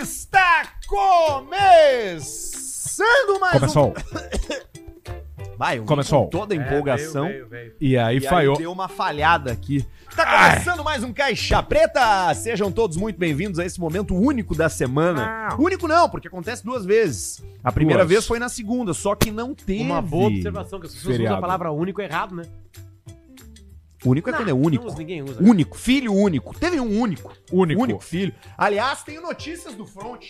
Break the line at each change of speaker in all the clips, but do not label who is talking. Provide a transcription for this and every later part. Está começando mais
Começou.
um... Vai, eu vim
Começou.
com
É,
toda a empolgação. E
E aí
aí
falhou.
deu uma falhada aqui. Tá começando mais um Caixa Preta! Sejam todos muito bem-vindos a esse momento único da semana. Único não, porque acontece duas vezes. A primeira
Duas.
vez foi na segunda, só que não teve.
Uma boa observação, que as pessoas
Feriado.
usam a palavra único errado, né?
Único é quando é
Não,
único.
não usa, ninguém usa.
Único, filho único. Teve um único.
Único.
Único filho. Aliás, tenho notícias do front.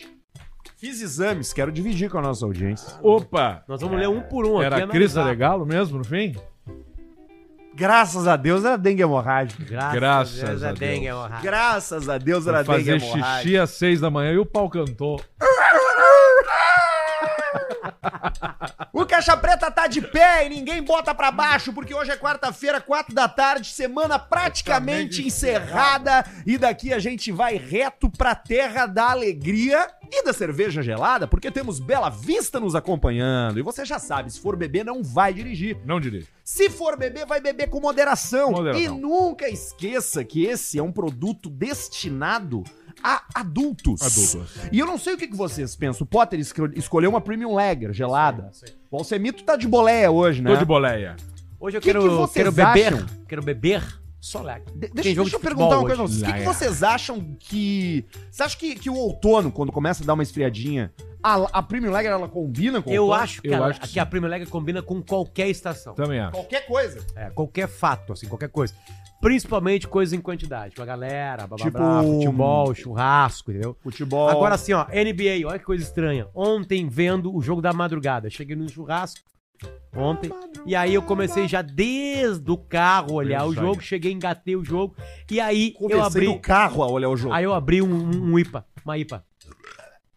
Fiz exames, quero dividir com a nossa audiência.
Opa!
Nós vamos ler um por um
Era
aqui.
é
a Cris
analisar.
da Galo mesmo, no fim?
Graças a Deus era dengue hemorrágica.
Graças,
Graças
a Deus.
a
a
Deus.
dengue é honrado.
Graças a Deus
Pra
era dengue é
fazer
hemorrágica.
xixi às seis da manhã e o pau cantou.
O Caixa Preta tá de pé e ninguém bota pra baixo, porque hoje é quarta-feira, quatro da tarde, semana praticamente encerrada. E daqui a gente vai reto pra terra da alegria e da cerveja gelada, porque temos Bela Vista nos acompanhando. E você já sabe, se for beber, não vai dirigir.
Não dirige.
Se for beber, vai beber com moderação.
Moderação.
E nunca esqueça que esse é um produto destinado a adultos.
Adultos.
E eu não sei o que, que vocês pensam. O Potter escro- escolheu uma Premium Lager gelada. O Alcemito tá de boleia hoje, né?
Tô de boleia.
Hoje eu
Que que
quero,
vocês
quero beber.
acham?
Quero beber só legal.
De-
Tem
deixa,
jogo
deixa eu
de futebol
perguntar uma coisa. pra
hoje. Ah, é.
vocês. O que, que
Lager.
vocês acham que... Vocês acham que, que o outono, quando começa a dar uma esfriadinha, a, a Premium Lager, ela combina com o
Eu
outono?
acho,
Eu
cara,
acho que
que
sim.
a Premier League combina com qualquer estação.
Então-
Também acho.
Qualquer coisa.
É, qualquer fato, assim, qualquer coisa. Principalmente coisa em quantidade. Com a galera, blá, blá,
Tipo,
blá, futebol, churrasco, entendeu?
Futebol.
Agora assim, ó, NBA, olha que coisa estranha. Ontem vendo o jogo da madrugada, cheguei no churrasco ontem e aí eu comecei já desde o carro olhar o
Deus
jogo,
olha.
cheguei, engatei o jogo e aí
comecei
eu
no
abri,
carro a olhar o jogo.
aí eu abri um, um- um IPA, uma IPA.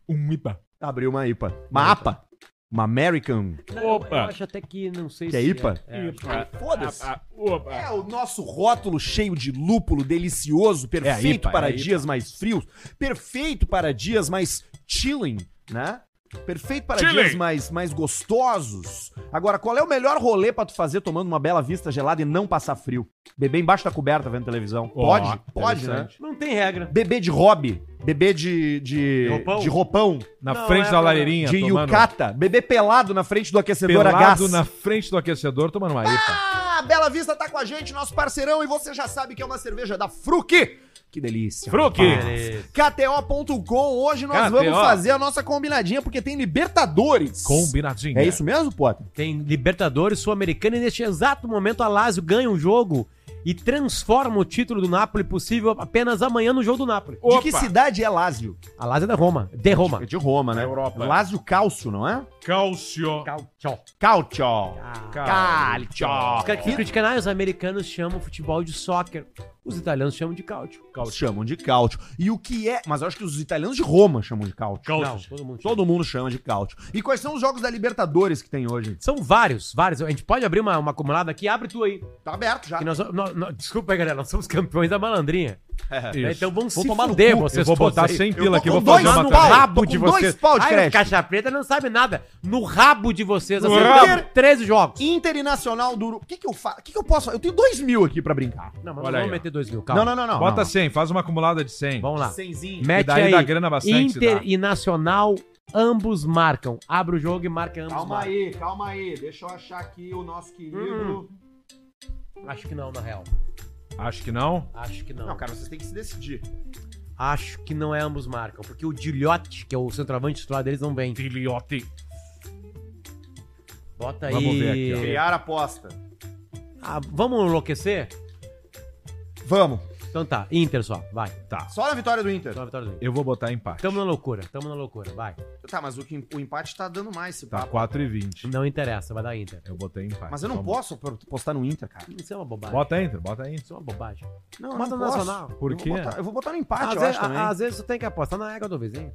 Um IPA.
Abriu uma IPA. Uma APA. Uma American.
Não, eu-
Opa.
Eu acho até que não sei
Que é IPA?
É, é.
Foda-se.
Ah, ah, opa.
É o nosso rótulo cheio de lúpulo, delicioso, perfeito
É a IPA,
para
é a IPA.
dias mais frios, perfeito para dias mais chilling, né? Perfeito para
Chilling.
dias mais, mais gostosos. Agora, qual é o melhor rolê pra tu fazer tomando uma bela vista gelada e não passar frio? Beber embaixo da coberta vendo televisão.
Ó,
pode? Pode, né?
interessante.
Não tem regra.
Beber de hobby, beber de, de,
Roupão?
de roupão,
Na
Não,
frente
é
da
pra-
lareirinha,
de
tomando.
yucata, beber pelado na frente do aquecedor a
Pelado
gás.
na frente do aquecedor, tomando uma IPA.
Ah, Bela Vista tá com a gente, nosso parceirão, e você já sabe que é uma cerveja da Fruc. Que delícia.
Fruc.
rapaz. KTO.com, hoje nós
KTO.
vamos fazer a nossa combinadinha, porque tem Libertadores.
Combinadinho.
É isso mesmo, Potter?
Tem Libertadores Sul-Americana e neste exato momento a Lazio ganha o jogo e transforma o título do Napoli possível apenas amanhã no jogo do Napoli.
Opa.
De que cidade é Lázio?
A Lazio é da Roma, de Roma.
É de Roma, né?
É Europa.
Lázio Cálcio, não é?
Cálcio.
Tchau.
Cálcio.
Cálcio.
Os caras que criticam, ah, os americanos chamam futebol de soccer. Os italianos chamam de cálcio.
Chamam de cálcio. E o que é... Mas eu acho que os italianos de Roma chamam de cálcio.
Não, todo mundo chama.
Todo mundo chama de cálcio. E quais são os jogos da Libertadores que tem hoje?
São vários, vários. A gente pode abrir uma, uma acumulada aqui? Abre tu aí.
Tá aberto já.
Que nós- nó- nó- desculpa aí, galera. Nós somos campeões da malandrinha.
Isso.
Então vamos
Vou
se
tomar no
fuder,
cu.
vocês
Eu vou
todos
botar
aí.
100 pila
tô
aqui,
com
vou fazer
dois
uma
no
matéria.
pau.
rabo
Tô
de
com dois
vocês.
pau de
Ai, o
crédito.
Caixa Preta não sabe nada. No rabo de vocês.
No
acertamos
rabo.
13 jogos.
Internacional do Uruguai. O que, que eu faço? O que, que eu posso? Eu tenho dois mil aqui pra brincar.
Não, mas
Olha
não vamos
aí, ó.
meter 2 mil, calma.
Não, não, não, não.
Bota
não.
100, faz uma acumulada de 100.
Vamos lá.
Senzinho.
Mete
E daí
aí.
dá grana bastante,
Inter
dá.
e Nacional, ambos marcam. Abre o jogo e marca ambos
Calma
marcam.
aí, calma aí. Deixa eu achar aqui o nosso querido.
Acho que não, na real.
Acho que não.
Acho que não.
Não, cara, vocês têm que se decidir.
Acho que não é ambos marcam, porque o Dilhote, que é o centroavante titular deles, não vem.
Tiliote.
Bota aí.
Vamos ver aqui, ó.
Criar aposta.
Ah, vamos enlouquecer?
Vamos.
Então tá, Inter só, vai.
Tá.
Só na vitória do Inter.
Só a vitória do Inter.
Eu vou botar empate.
Tamo na loucura, tamo na loucura, vai.
Tá, mas o, que- o empate tá dando mais esse
Tá
papo.
4,20.
Não interessa, vai dar Inter.
Eu botei empate.
Mas eu não
Vamos.
posso pro- postar no Inter, cara.
Isso é uma bobagem.
Bota Inter, bota Inter.
Isso é uma bobagem.
Não,
Bota no Nacional.
Por
Por quê?
quê?
Eu vou botar, eu vou botar no empate,
Às
eu
vezes,
acho também.
a- às vezes tu tem que apostar na égua do vizinho.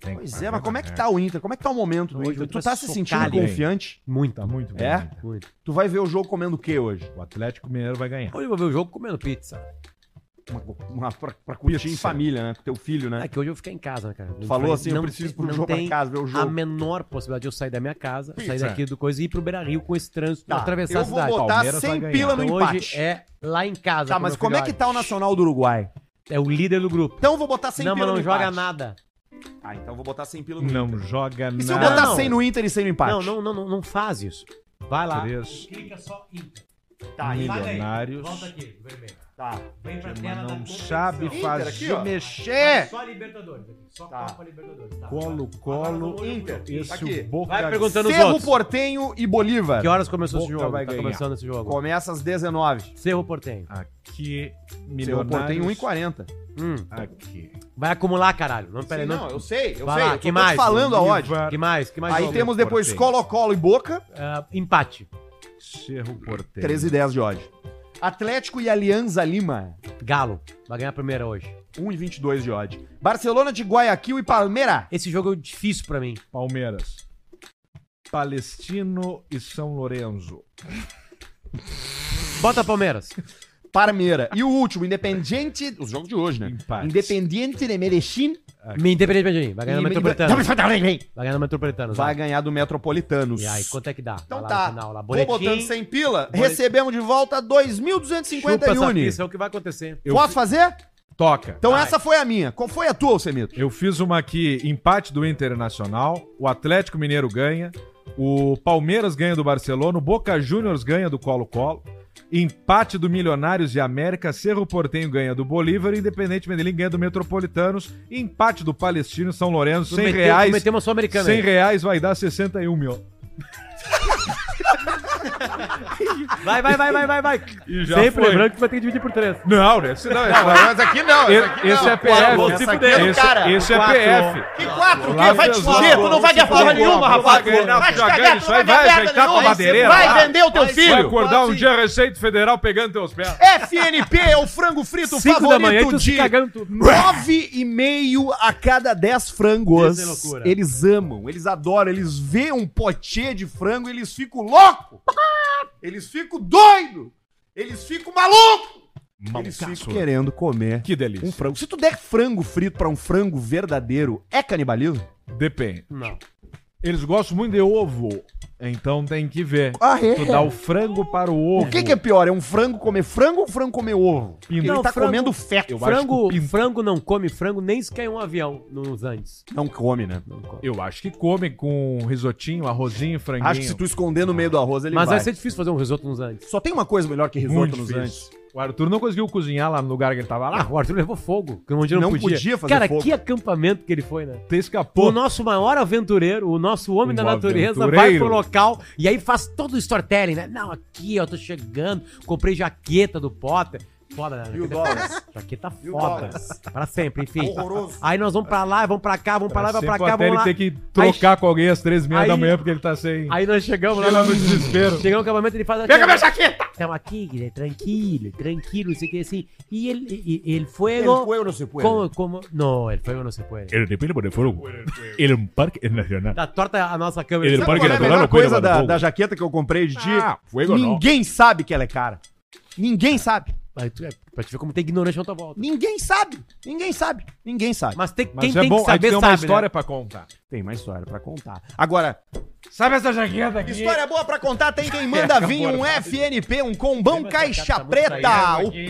Tem que
Pois
fazer,
é, mas como é
né?
que tá o Inter? Como é que tá o momento do
Hoje o
Inter?
Inter
Tu
vai
tá se sentindo
socar
ele.
confiante?
Muito.
Tá muito bem.
É?
Inter.
Muito.
Tu vai ver o jogo comendo o quê hoje?
O Atlético Mineiro vai ganhar.
Hoje eu vou ver o jogo comendo pizza.
É. Uma, uma, pra, pra curtir em
Pizza.
família, né? Com teu filho, né?
É que hoje eu vou ficar em casa, né, cara?
Tu falou assim, eu
Não
preciso ir
tem-
pro
não
jogo pra
tem
casa, ver o
a
jogo.
menor possibilidade de eu sair da minha casa, sair
Pizza.
daqui do coisa e ir pro Beira Rio com esse trânsito,
Tá,
atravessar
eu
a
vou
cidade.
botar
Palmeiras vai
100
ganhar.
pila no
Então,
empate.
hoje é lá em casa.
Tá,
com
mas
meu
como é
filhote.
que tá o Nacional do Uruguai?
É o líder do grupo.
Então eu vou botar 100
não, mas
pila
não
no
joga
empate.
nada.
Ah, então eu vou botar 100 pila no
Não
Inter.
joga
E
nada.
se eu botar
Não.
100 no Inter e 100 no empate?
Não, não, não, não, não faz isso. Vai lá.
Três
Clica só Inter.
Tá, Inter.
Milionário. Milionários.
Volta aqui, vermelho.
Tá.
Vem pra
Mas
tela da
não
competição.
sabe
Inter aqui,
fazer
ó.
mexer.
Só Libertadores. aqui, Só
Tá.
Copa Libertadores. tá,
Colo,
vai.
colo,
Agora,
Inter.
Esse
Aqui.
o Boca
Vai perguntando os
Cerro,
outros.
Portenho e Bolívar.
Que horas começou
Boca
esse jogo?
vai
Tá
ganhar.
começando esse jogo.
Começa às 19.
Cerro Portenho.
Aqui,
Cerro Portenho
milionários.
1,40.
Hum,
Aqui.
vai acumular, caralho. Não, peraí,
Sim,
não.
eu sei, eu
Vai
sei.
lá,
eu tô
que
te
mais?
falando a odd.
Bolívar,
Que mais? Que mais?
Aí
jogo?
temos depois
Portenho.
Colo-Colo e Boca,
Ah, empate.
Cerro Porteiro.
13 e 10 de odd. Atlético e Alianza Lima,
Galo. Vai ganhar a primeira hoje.
1 e 22 de odd. Barcelona de Guayaquil e Palmeira.
Esse jogo é difícil pra mim.
Palmeiras. Palestino e São Lourenço.
Bota Palmeiras.
Palmeira. E o último, Independiente, os jogos de hoje, né?
Empates.
Independiente de Medellín.
Me independente pra mim. Vai ganhar
e-
na Metropolitana.
Vai
Vai ganhar na Metropolitana. sabe?
ganhar do Metropolitanos.
E aí, quanto é que dá?
Então
Vai
tá.
no Final, lá.
Vou
Boletim.
botando 100 pila,
Boletim.
recebemos de volta
Chupa essa
2.251.
pista, é o que vai acontecer.
Eu
Posso
fi-
fazer?
Toca.
Então
Vai.
essa foi a minha. Qual foi a tua, Alcemito?
Eu fiz uma aqui, empate do Internacional, o Atlético Mineiro ganha, o Palmeiras ganha do Barcelona, o Boca Juniors ganha do Colo-Colo, empate do Milionários e América, Cerro Portenho ganha do Bolívar, Independente Medellín ganha do Metropolitanos, e empate do Palestino e São Lourenço, 100
meteu-
reais,
meteu uma Sul-Americana
100
aí.
reais vai dar 61 mil.
Vai, vai, vai, vai, vai, vai.
E já
Sempre
foi.
lembrando que tu vai ter que dividir por três.
Não, né? Esse não, esse,
Mas aqui não,
esse- esse é
Quatro,
PF.
esse
Esse,
aqui é do cara.
esse é
Quatro.
PF.
Que quatro?
Lá
Que vai te
fez
fuder,
lá,
tu não vai ganhar
lá,
porra
lá,
nenhuma,
lá,
rapaz.
lá, lá,
Vai te
lá,
cagar, tu
lá,
não vai
lá,
ganhar
lá,
merda
lá,
nenhuma.
lá, madeireira,
Vai
lá.
vender o teu
Vai
filho.
acordar um dia Receita Federal pegando teus pés.
FNP é o frango frito
Cinco da manhã e
favorito
tu se
de
cagando tudo.
nove e meio a cada 10 frangos.
Isso é loucura.
Eles amam, eles adoram, eles veem um potê de frango e eles ficam loucos. Eles ficam doidos. Eles ficam malucos. Eles ficam querendo comer
Que delícia.
um frango. Se tu der frango frito pra um frango verdadeiro, é canibalismo?
Depende.
Não.
Eles gostam muito de ovo. Então tem que ver.
Ah, é?
Tu dá o frango para o ovo.
O que, que é pior? É um frango comer frango ou um frango comer ovo? Porque
Não,
ele tá
frango-
comendo feto.
acho
Frango,
que o pinto-
frango não come frango, nem se cai um avião nos Andes.
Não come, né?
Não come.
Eu acho que come com risotinho, arrozinho, franguinho.
Acho que se tu esconder no meio do arroz, ele
Mas
vai.
vai ser difícil fazer um risoto nos Andes.
Só tem uma coisa melhor que risoto
Muito
nos
difícil.
Andes.
O Arthur não conseguiu cozinhar lá no lugar que ele tava
Ah,
lá.
o Arthur levou fogo, que onde não,
Não
podia.
podia fazer
Cara,
fogo.
que acampamento que ele foi, né?
Te
O
escapou.
nosso maior aventureiro, o nosso homem
Um
da natureza,
aventureiro.
vai pro local e aí faz todo o storytelling, né? Não, aqui, ó, tô chegando, comprei jaqueta do Potter. Foda, né?
Mil
Jaqueta-
dólares.
Jaqueta
Mil
foda.
dólares.
Pra sempre, enfim.
Horroroso.
Aí nós vamos pra lá, vamos pra cá, vamos pra lá, vamos pra
Sempre
cá,
até
vamos
ele
lá.
ter que trocar com alguém às três e meia
Aí-
da manhã porque ele tá sem...
Aí nós chegamos lá.
Lá no desespero.
Chegamos no acampamento, ele faz...
Pega minha
jaqueta!
jaqueta!
Estamos aqui, né? tranquilo, tranquilo, não sei o que, assim. E ele, e, e ele
El
fuego...
cuero no se puede.
Como, como... Não, ele fuego não se puede.
El de Pele por el Fuego. El Parque Nacional.
Tá torta a nossa câmera.
Ele
Sabe
Parque
qual é a
Natural
melhor
no Cuero,
coisa da,
Botafogo.
da jaqueta que eu comprei de ti?
Ah, fuego não.
Ninguém sabe que ela é cara. Ninguém sabe.
Aí tu- é, Pra te ver como tem ignorante na tua volta.
Ninguém sabe. Ninguém sabe. Ninguém sabe.
Mas tem,
Mas
quem
é
tem
bom,
que
aí tu tem
saber sabe,
uma
né?
história pra contar.
Tem mais história pra contar. Agora,
Sabe essa jaqueta aqui?
História boa pra contar, tem quem manda vir um FNP, um combão caixa
tá muito
preta,
traindo
o
aqui.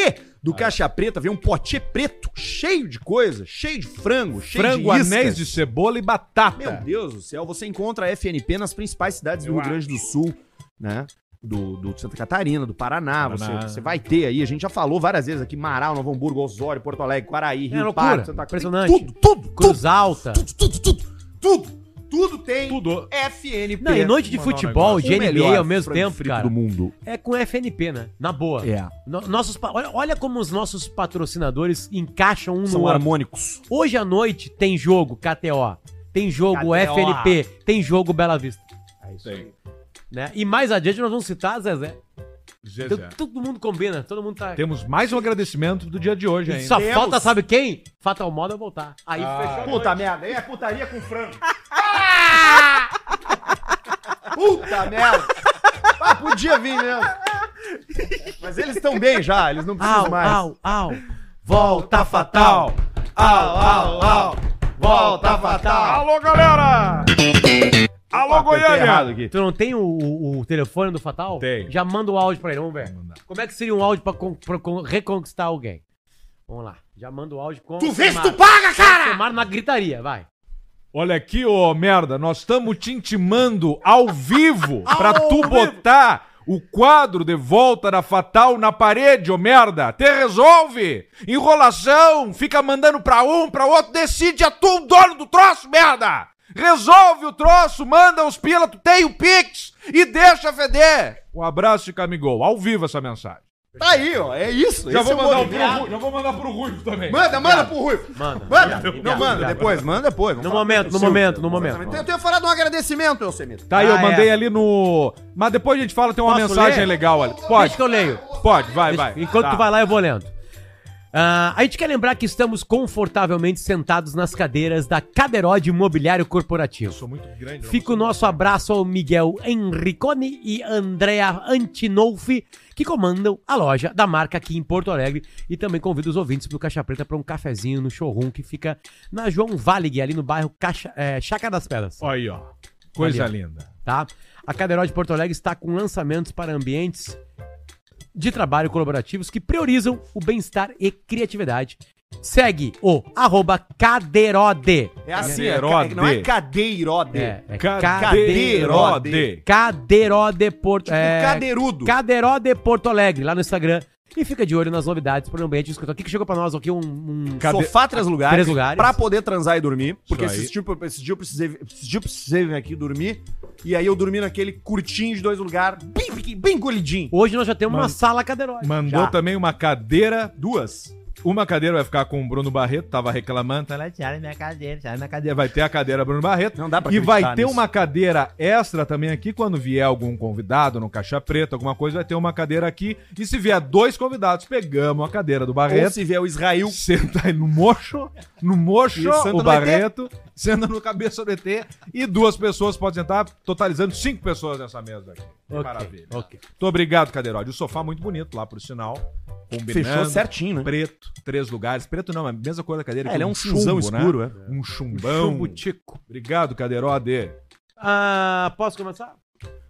potê do caixa preta, vem um potê preto, cheio de coisa, cheio de frango, cheio
Frango,
de iscas.
anéis de cebola e batata.
Meu Deus do céu, você encontra a FNP nas principais cidades do Rio Grande do Sul, né? Do, do Santa Catarina, do Paraná,
Paraná.
Você, você vai ter aí, a gente já falou várias vezes aqui, Marau, Novo Hamburgo, Osório, Porto Alegre, Quaraí, Rio
É loucura,
Pardo, Santa Catarina,
impressionante.
tudo, tudo, tudo,
Cruz Alta.
tudo, tudo, tudo, tudo, tudo tem
Tudo.
FNP.
Não, e noite de
Mandar um
futebol,
negócio.
de NBA ao mesmo tempo, cara.
mundo.
É com FNP, né? Na boa.
É.
No- nossos, pa- olha, olha como os nossos patrocinadores encaixam um no
São
outro.
harmônicos.
Hoje à noite tem jogo KTO, tem jogo
KTO.
FNP, tem jogo Bela Vista.
Tem.
Né? E mais adiante nós vamos citar Zezé.
Zezé.
Então, todo mundo combina, todo mundo tá.
Temos mais um agradecimento do dia de hoje
E
ainda.
só
Temos.
falta, sabe quem? Fatal Moda voltar. Aí fechou. a noite.
Puta merda, aí é putaria com frango. Puta merda. Ah, podia vir mesmo. Mas eles estão bem já, eles não precisam
Au,
mais.
au, au. Volta fatal.
au, au, au. Volta fatal.
Alô, galera! Alô, Goiânia!
aqui.
Tu não tem o, o- o telefone do Fatal?
Tenho.
Já manda o áudio pra ele, vamos ver.
Vou mandar.
Como é que seria um áudio pra, con- pra con- reconquistar alguém? Vamos lá. Já manda o áudio com
Tu
o
vê se tu
Semar.
paga, cara!
Semar na gritaria, vai.
Olha aqui, ô merda, nós estamos te intimando ao vivo pra
Ao
tu
vivo.
botar o quadro de volta da Fatal na parede, ô merda. Te resolve! Enrolação, fica mandando pra um, pra outro, decide a tu, o dono do troço, merda! Resolve o troço, manda os pila, tu tem o Pix e deixa feder! Um abraço e camigol, ao vivo essa mensagem.
Tá aí, ó. É isso.
Já
esse
vou,
é o
mandar o pro
movimento.
Ru- já vou mandar pro Ruivo também.
Manda, manda pro Ruivo.
Manda.
Manda.
Obrigado,
Não, manda.
obrigado.
Depois, manda depois.
No momento, no momento, no momento.
Eu tenho falado um agradecimento, Elcemito.
Tá aí, eu
Ah,
mandei
é.
ali no. Mas depois a gente fala, tem uma
Posso
mensagem
ler?
legal ali.
Deixa
Pode.
que eu leio.
Pode, vai, vai.
Enquanto
Tá.
tu vai lá, eu vou lendo. Ah, a gente quer lembrar que estamos confortavelmente sentados nas cadeiras da Caderode Imobiliário Corporativo.
Sou muito grande. eu
Fica o nosso abraço ao Miguel Henricone e Andrea Antinolfi, que comandam a loja da marca aqui em Porto Alegre. E também convido os ouvintes do Caixa Preta para um cafezinho no showroom que fica na João Valig, ali no bairro Caixa, é, Chácara das Pedras
não- Olha aí, ó. Coisa
Ali,
linda.
tá? A Cadeiró de Porto Alegre está com lançamentos para ambientes de trabalho colaborativos que priorizam o bem-estar e criatividade. Segue o arroba Cadeirode.
É assim, é,
Cadeirode.
ca- não é cadeirode.
É, é
Cadeirode.
Cadeirode.
Cadeirode Porto...
Tipo
é,
cadeirudo.
Cadeirode Porto Alegre, lá no Instagram. E fica de olho nas novidades para o ambiente de escritório. O que que chegou para nós aqui? Um, um-
Sofá três lugares,
Três lugares.
pra poder transar e dormir. Porque
Isso aí.
esses dias esse dia eu precisei, esses dias eu precisei vir aqui dormir. E aí eu dormi naquele curtinho de dois lugares, bem, pequ- bem golidinho.
Hoje nós já temos uma sala Cadeirode.
Mandou
Já.
também uma cadeira.
Duas.
Uma cadeira vai ficar com o Bruno Barreto, tava reclamando. Tá lá, tira minha cadeira, tira minha cadeira. Vai ter a cadeira Bruno Barreto.
Não dá pra
E vai
acreditar
ter
nisso.
uma cadeira extra também aqui quando vier algum convidado no Caixa Preta, alguma coisa, vai ter uma cadeira aqui. E se vier dois convidados, pegamos a cadeira do Barreto.
Ou se vier o Israel.
Senta aí no mocho, no mocho,
E senta
o
no
Barreto, senta no cabeça do ET e duas pessoas podem sentar, totalizando cinco pessoas nessa mesa aqui. Que
Ok,
Maravilha.
ok.
Muito obrigado, Cadeirode. O sofá muito bonito lá, por sinal. Combinando.
Fechou certinho, né?
Preto, três lugares. Preto não, é a mesma cor da cadeira.
É,
que
ele é um cinzão escuro,
né? Um chumbão.
Chumbo Tico.
Obrigado, Cadeirode.
Ah, posso começar?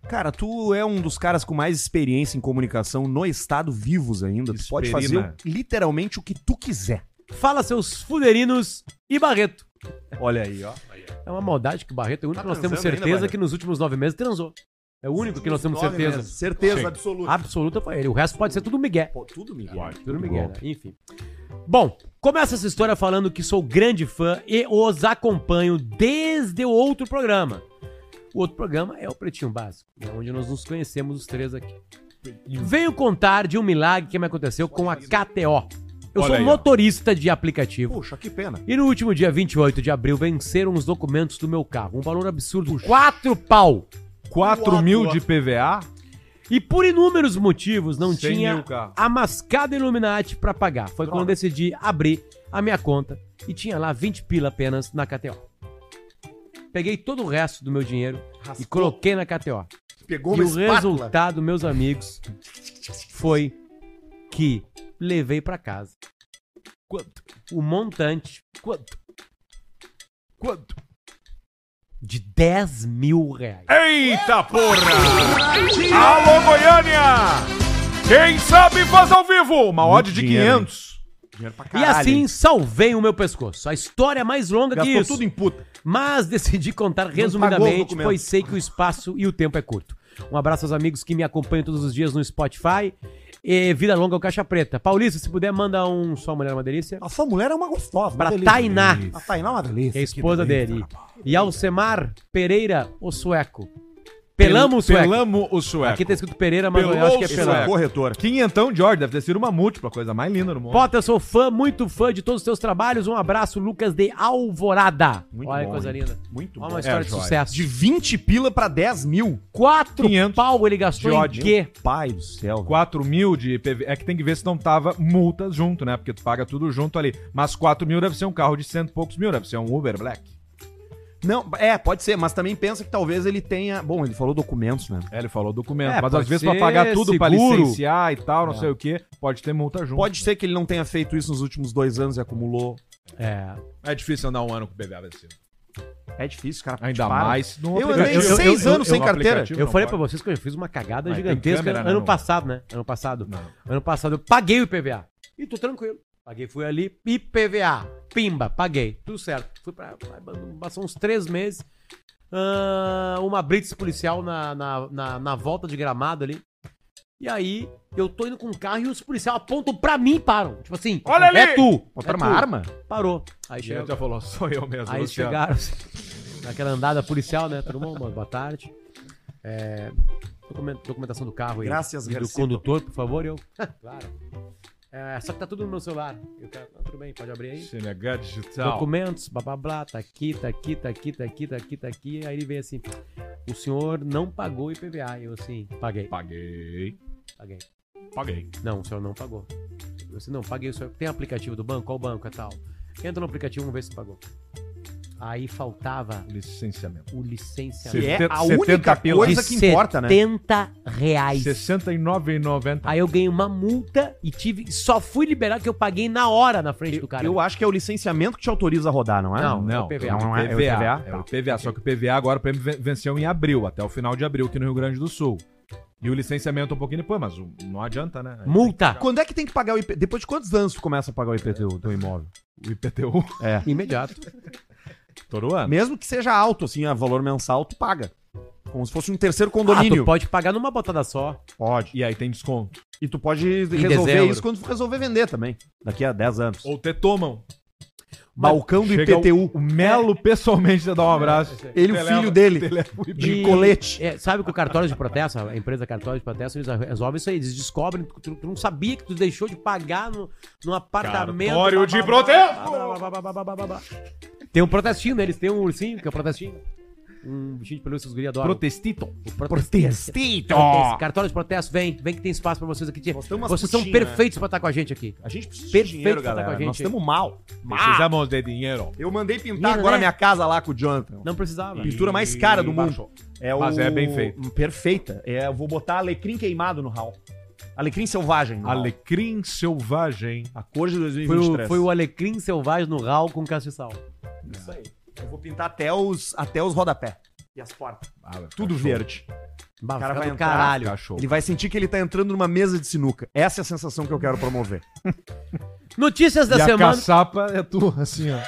Cara, tu é um dos caras com mais experiência em comunicação no estado vivos ainda. Tu pode
Esperina.
fazer literalmente o que tu quiser.
Fala seus fuderinos e Barreto.
Olha aí, ó.
É uma maldade que o Barreto é o
Tá
único que nós temos
transando ainda,
certeza
Barreto?
que nos últimos nove meses transou. É o único que nós temos certeza.
Certeza absoluta.
Absoluta foi ele. O resto pode ser tudo Miguel.
Pô, tudo, Miguel.
Tudo Miguel, né? Enfim. Bom, começa essa história falando que sou grande fã e os acompanho desde o outro programa. O outro programa é o Pretinho Básico, né, onde nós nos conhecemos os três aqui. Venho contar de um milagre que me aconteceu com a KTO. Eu
Olha
sou
aí, ó.
motorista de aplicativo.
Puxa, que pena.
E no último dia 28 de abril venceram os documentos do meu carro. Um valor absurdo. Quatro pau.
4 mil de PVA.
E por inúmeros motivos não
Cem mil
tinha
carro.
a mascada Illuminati pra pagar. Foi
Droga.
quando decidi abrir a minha conta e tinha lá 20 pila apenas na KTO. Peguei todo o resto do meu dinheiro e coloquei na KTO.
Pegou
e o resultado, meus amigos, foi que levei pra casa. Quanto? O montante. Quanto?
Quanto?
De 10 mil reais.
Eita porra! Alô, Goiânia! Quem sabe faz ao vivo! Uma
Muito
odd de
dinheiro, hein?
500.
e assim salvei o meu pescoço. A história é mais longa que
gastou
isso.
tudo em puta.
Mas decidi contar
pagou o
resumidamente,
documento.
pois sei que o espaço e o tempo é curto. Um abraço aos amigos que me acompanham todos os dias no Spotify. E vida longa ao Caixa Preta. Paulista, se puder, manda um só mulher é uma delícia.
A sua mulher é uma gostosa.
Pra Tainá,
A Tainá é uma delícia.
que é a esposa dele. E Alcemar Pereira, o sueco.
Pelamo
Pelamos o sueco.
Pelamo o sueco.
Aqui tá escrito Pereira, mas eu
Pelou
acho que
o
é
Esse é
Pelamo.
sueco.
corretor.
Quinhentão de ordem, deve ter sido uma múltipla, coisa mais linda no mundo.
Potter, eu sou fã, muito fã de todos os teus trabalhos. Um abraço, Lucas de Alvorada.
Muito
Olha que
bom,
coisa
hein?
linda.
Muito
Olha
bom.
uma história
É,
de
joia.
sucesso.
De 20 pila pra 10 mil.
Quatro
500
pau ele gastou
de
em
ódio.
quê?
Pai do céu.
4 mil de IPV. É que tem que ver se não tava multa junto, né? Porque tu paga tudo junto ali. Mas 4 mil deve ser um carro de cento e poucos mil, deve ser um Uber Black.
Não, é, pode ser, mas também pensa que talvez ele tenha. Bom, ele falou documentos, né?
É, ele falou documento. mas
É, pode
às vezes
ser
pra pagar tudo, pra
seguro. É.
licenciar e tal, não sei o quê, pode ter multa junto.
Pode ser que ele não tenha feito isso nos últimos dois anos e acumulou.
É.
É difícil andar um ano com o PVA vencido.
É difícil, cara.
Ainda
te para.
mais no
Eu andei
aplicativo.
seis anos sem
no
carteira.
aplicativo
Eu
não
falei
pode.
pra vocês que eu fiz uma cagada
Mas tem
gigantesca
câmera, né,
ano
não?
passado, né? Ano passado.
Não.
Ano passado eu paguei o IPVA. E tô tranquilo. Paguei, fui ali, IPVA, pimba, paguei, tudo certo. Fui pra, pra- passou uns três meses, ah, uma blitz policial na, na, na, na volta de gramado ali. E aí, eu tô indo com o carro e os policiais apontam pra mim e param. Tipo assim,
Olha ali!
é tu. é
tá
Mostrar
tu.
uma arma?
Parou. Aí
E
chegou.
ele já falou, sou eu mesmo.
Aí
Luciano.
chegaram naquela andada policial, né? Tudo bom? Boa tarde. É, document- documentação do carro aí.
Graças,
e do
Garcito.
condutor, por favor, eu. claro. É, só que tá tudo no meu celular. E o cara, "Ah, tudo bem, pode abrir aí.
Se negar digital.
Documentos, blá blá blá, tá aqui, tá aqui, tá aqui, tá aqui, tá aqui, tá aqui. Aí ele veio assim: o senhor não pagou o IPVA. Eu assim, paguei,
Paguei.
paguei.
Paguei.
Não, o senhor não pagou. Eu assim, não, paguei o senhor. Tem aplicativo do banco? Qual banco é tal? Entra no aplicativo, vamos ver se pagou. Aí faltava
Licenciamento.
o
Que
licenciamento.
é a
70
única
pila.
coisa que importa, né?
70 reais.
R$ 69,90.
Aí eu ganhei uma multa e tive. Só fui liberar que eu paguei na hora na frente do cara.
Eu acho que é o licenciamento que te autoriza a rodar, não é?
Não.
Não,
o PVA.
não
É
é,
o
PVA.
PVA?
É o PVA, só que o PVA agora o prêmio ven- venceu em abril, até o final de abril aqui no Rio Grande do Sul. E o licenciamento um pouquinho depois, mas o- não adianta, né?
Multa.
Quando é que tem que pagar o IP? Depois de quantos anos tu começa a pagar o IPTU do imóvel?
O IPTU
tá.
Imediato.
todo ano.
Mesmo que seja alto, assim, a valor mensal, tu paga. Como se fosse um terceiro
Ah, tu
condomínio.
pode pagar numa botada só.
Pode.
E aí tem desconto.
E tu pode resolver
dezembro.
isso quando tu resolver vender também. Daqui a 10 anos.
Ou te tomam.
Balcão do
Chega
IPTU.
O, o Melo pessoalmente te dá um abraço.
É, Ele, o
Te
filho
leva-
dele.
te leva o IPTU.
De
E-
colete.
É, sabe que o cartório de protesto, a empresa cartório de protesto, eles resolvem isso aí. Eles descobrem que tu, tu não sabia que tu deixou de pagar no, num
Tá
apartamento.
Cartório de protesto!
Tem um protestinho deles, tem um ursinho que é um protestinho. Um bichinho de pelúcia, os guri adoram.
Protestito.
O protestante. Proteste. Cartório de protesto, vem, vem que tem espaço pra vocês aqui. tia.
Nós temos umas
Vocês são
putinhas,
perfeitos pra estar com a gente aqui.
A gente precisa
Perfeito
de dinheiro,
pra tá com a
galera. Nós
gente aí.
estamos mal.
Precisamos de dinheiro.
Eu mandei pintar
Dinheiro,
agora
né?
minha casa lá com o Jonathan.
Não precisava.
Pintura mais cara do mundo. É
Mas é bem feito.
Perfeita. É, eu vou botar alecrim queimado no hall. Alecrim selvagem. no hall.
Alecrim selvagem.
A cor de
Foi
2023.
o, foi o alecrim selvagem no ral com castiçal.
Isso aí. Eu vou pintar até os, até os rodapé. E as portas. Tudo verde.
Bah,
cara
fica
vai
do
entrar,
caralho.
Cachorro.
Ele vai sentir que ele tá entrando numa mesa de sinuca. Essa é a sensação que eu quero promover.
Notícias da
e a
semana.
caçapa é tua, assim, ó.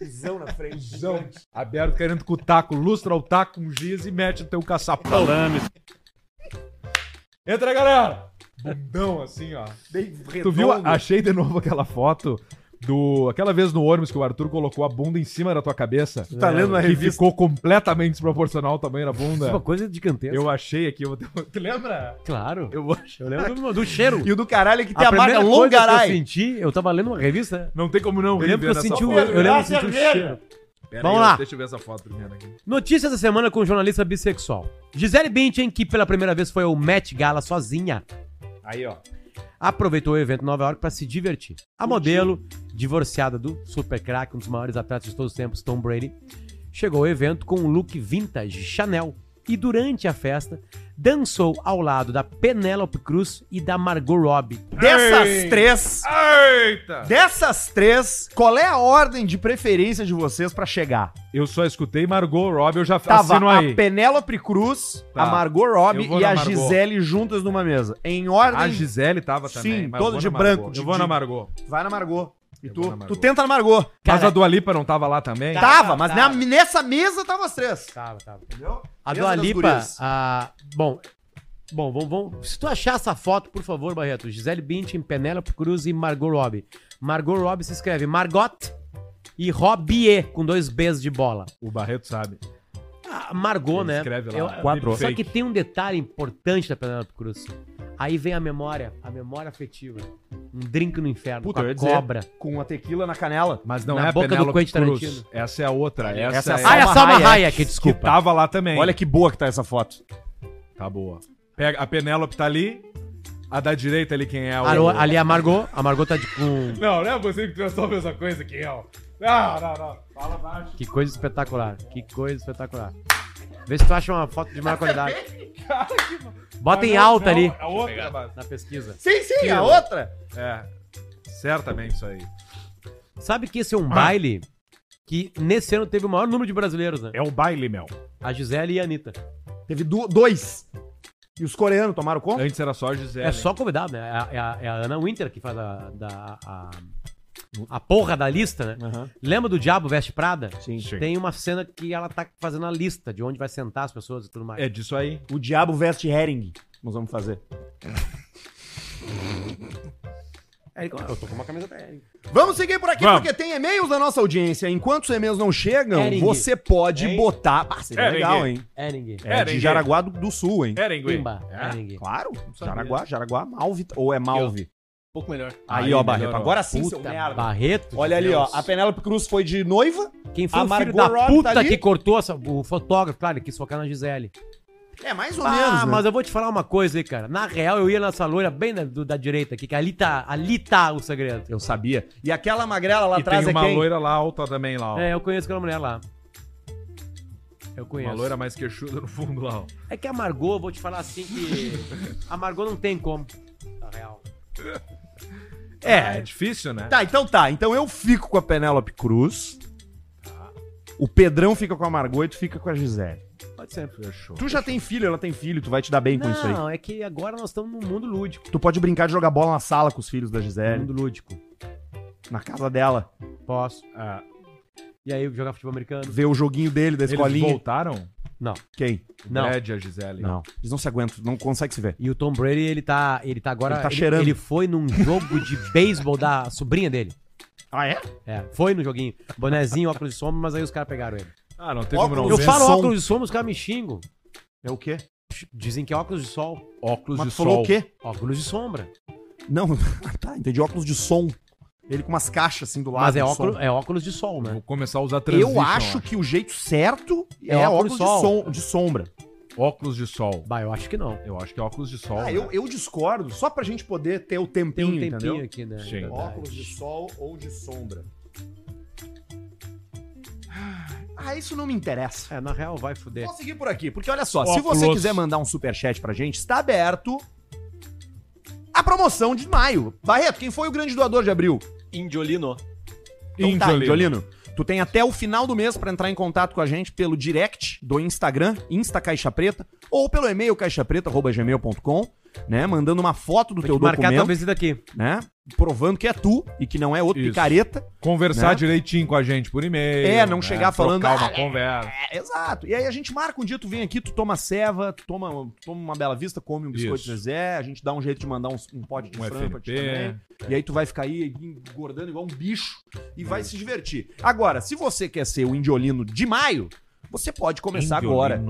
Visão na frente.
Zão, aberto, querendo com o taco, lustra o taco com giz e mete o teu caçapão. Entra, galera! Bundão, assim, ó. Tu viu? Achei de novo aquela foto do... Aquela vez no ônibus que o Arthur colocou a bunda em cima da tua cabeça.
Tu tá lendo uma
que
revista.
ficou completamente desproporcional o tamanho da
Isso é
bunda.
Uma coisa de gigantesca.
Eu achei aqui... Eu... vou- Tu lembra?
Claro. Eu,
Eu acho.
lembro do, do cheiro.
E o do caralho é que tem a,
a
marca
primeira coisa que eu
Longaray.
senti, eu tava lendo uma revista. né?
Não tem como não
Eu lembro que eu
nessa
senti o,
foto.
eu lembro que eu senti o cheiro.
Pera
Vamos
aí,
lá.
Deixa eu ver essa foto primeiro aqui.
Notícias da semana com jornalista bissexual. Gisele Bündchen, que pela primeira vez foi ao Met Gala sozinha,
Aí, ó.
aproveitou o evento em Nova York pra se divertir. A modelo, divorciada do super craque, um dos maiores atletas de todos os tempos, Tom Brady, chegou ao evento com um look vintage Chanel e durante a festa dançou ao lado da Penélope Cruz e da Margot Robbie.
Dessas
Ei.
três,
Eita!
dessas três, qual é a ordem de preferência de vocês pra chegar?
Eu só escutei Margot Robbie, eu já
Tava
assino Tá aí.
a Penélope Cruz,
Tá.
a Margot
Eu
Robbie
vou
e
na
a
Margot.
Gisele juntas numa mesa. Em ordem,
A Gisele tava
Sim,
também. mas eu
todo
vou
de
na
branco,
Margot.
de-
Eu vou na Margot.
vai na Margot. E
Eu
tu,
vou na Margot.
tu tenta na Margot.
Mas
Cara,
a Dua Lipa não tava lá também?
Tava,
Tava,
mas
tava.
na- nessa mesa tava as três.
Tava, tava.
Entendeu?
A
Mesa
Dua
das
Lipa,
gurias.
a... Bom, bom, vamos, vamos... Se tu achar essa foto, por favor, Barreto, Gisele Bündchen, Penélope Cruz e Margot Robbie. Margot Robbie se escreve Margot e Robbie, com dois Bs de bola.
O Barreto sabe.
Ah, Margot,
Ele
né?
escreve lá,
Eu-
quatro.
Só que
Fake.
tem um detalhe importante da Penélope Cruz. Aí vem a memória, a memória afetiva. Um drink no inferno,
Puta, eu
com
ia
a
dizer.
cobra.
Com a tequila na canela.
Mas não
Na
é a
boca do
Penélope
Quentin
Cruz.
Tarantino.
Essa é a outra. Essa,
Essa é a
é,
Salma
Ah, é a Salma
Hayek,
Hayek,
que
desculpa.
tava lá também.
Olha que boa que tá essa foto.
Tá boa. Pega, a Penélope tá ali. A da direita ali quem é o...
Aro- Ali é a Margot, a Margot tá de, com...
Não, não é você que pensou a mesma coisa que eu. Não, não, não. Fala baixo.
Que coisa espetacular, que coisa espetacular. Vê se tu acha uma foto de maior qualidade. Bota em
Não,
alta
não,
ali
A outra, mas-
na pesquisa.
Sim, sim, a outra.
É. Certamente isso aí.
Sabe que esse é um baile que nesse ano teve o É maior número de brasileiros, né?
É o baile, Mel.
A Gisele e a Anitta.
Teve du- dois. E os coreanos tomaram conta?
Antes era só a Gisele.
É só convidado, né? É a, é a- é a Ana Winter que faz a, da- a, a porra da lista, né?
Aham.
Lembra do Diabo Veste Prada?
Sim.
Sim.
Tem uma cena que ela tá fazendo a lista de onde vai sentar as pessoas e tudo mais.
É disso aí.
O diabo veste herring. Nós vamos fazer. É
Aí ele fala, eu tô com uma camisa Hering.
Vamos seguir por aqui,
Vamos.
porque tem e-mails da nossa audiência. Enquanto os e-mails não chegam,
Hering.
você pode
Hein?
botar. Ah, seria
Hering.
legal, hein?
Hering.
É, de
Hering.
Jaraguá do, do Sul, hein?
Erengui.
Pimba.
É?
Hering.
Claro,
sabia.
Jaraguá, Jaraguá, Malve, ou é Malve.
pouco melhor.
Aí,
Aí,
ó, Barreto,
melhorou.
agora sim, seu
Puta,
merda.
Barreto.
Olha ali, ó,
Deus.
a Penélope Cruz foi de noiva.
Quem foi
a
o filho
Margot
da
Robbie
puta
tá ali?
que cortou essa- o fotógrafo? Claro, ele quis focar na Gisele.
É, mais ou
Ah,
menos, né?
mas eu vou te falar uma coisa aí, cara. Na real, eu ia nessa loira bem da, do- da direita aqui, que ali tá, ali tá o segredo.
Eu sabia. E aquela magrela lá
E tem
atrás é
uma
quem?
loira lá alta também, lá, ó.
É, eu conheço aquela mulher lá. Eu conheço.
uma loira mais queixuda no fundo lá, ó.
É que a Margot, eu vou te falar assim que. A Margot não tem como. Na real.
É, é difícil, né?
Tá, então tá. Então eu fico com a Penélope Cruz. O Pedrão fica com a Margot e tu fica com a Gisele.
Pode ser.
Fechou.
Tu já tem filho, ela tem filho, tu vai te dar bem com isso aí.
Não, é que agora nós estamos num mundo lúdico.
Tu pode brincar de jogar bola na sala com os filhos da Gisele,
É. Mundo lúdico.
na casa dela,
Posso.
Ah,
E aí, jogar futebol americano?
ver o joguinho dele da
eles
escolinha.
voltaram?
Não.
Quem?
Não.
Fred e a Gisele.
Não. Eles não se aguentam, não conseguem se ver.
E o Tom Brady, ele tá, ele tá agora.
Ele tá cheirando.
Ele foi num jogo de beisebol da sobrinha dele.
Ah, é?
É, foi no joguinho. Bonezinho, óculos de sombra, mas aí os caras pegaram ele.
Ah, não tem como não
Óculos.
Eu
ver.
falo
som.
óculos de sombra, os caras me xingam.
É o quê?
Dizem que é óculos de sol.
óculos
Mas tu falou o quê?
Óculos de sombra.
Não, Ah, tá, entendi. Óculos de som. Ele com umas caixas assim do lado.
Mas é
de
óculos,
som.
é óculos de sol, né?
Vou começar a usar transition.
Eu acho que o jeito certo é, óculos, de, som, de sombra.
acho. Óculos de sol.
Bah, eu acho que não.
Eu acho que é óculos de sol.
Ah,
né?
eu, eu discordo, só pra gente poder ter o
Tem um
tempinho,
tempinho
entendeu?
aqui, né?
Sim.
Verdade.
Óculos de sol ou de sombra. Ah, isso não me interessa.
É, na real vai fuder.
Vou seguir por aqui, porque olha só, se
Óculos.
você quiser mandar um superchat pra gente, está aberto a promoção de maio. Barreto, quem foi o grande doador de abril?
Indiolino.
Então tá,
Indiolino.
Indiolino. Tu tem até o final do mês pra entrar em contato com a gente pelo direct do Instagram, Insta Caixa Preta, ou pelo e-mail caixapreta.gmail.com, né? Mandando uma foto do
Vou
teu
te marcar
documento,
tua visita aqui.
né? Provando que é tu e que não é outro
Isso.
picareta.
Conversar
Né?
direitinho com a gente por e-mail. né?
É, não chegar falando,
Trocar uma
"Ah,
conversa.
É, exato. E aí a gente marca um dia, tu vem aqui, tu toma ceva, tu toma, toma uma bela vista, come um biscoito
Isso.
Zezé, a gente dá um jeito de mandar um, um pote de
Um
frango pra ti
FNP.
também. E aí tu vai ficar aí engordando igual um bicho e
É.
vai se divertir. Agora, se você quer ser o indiolino de maio, você pode começar agora.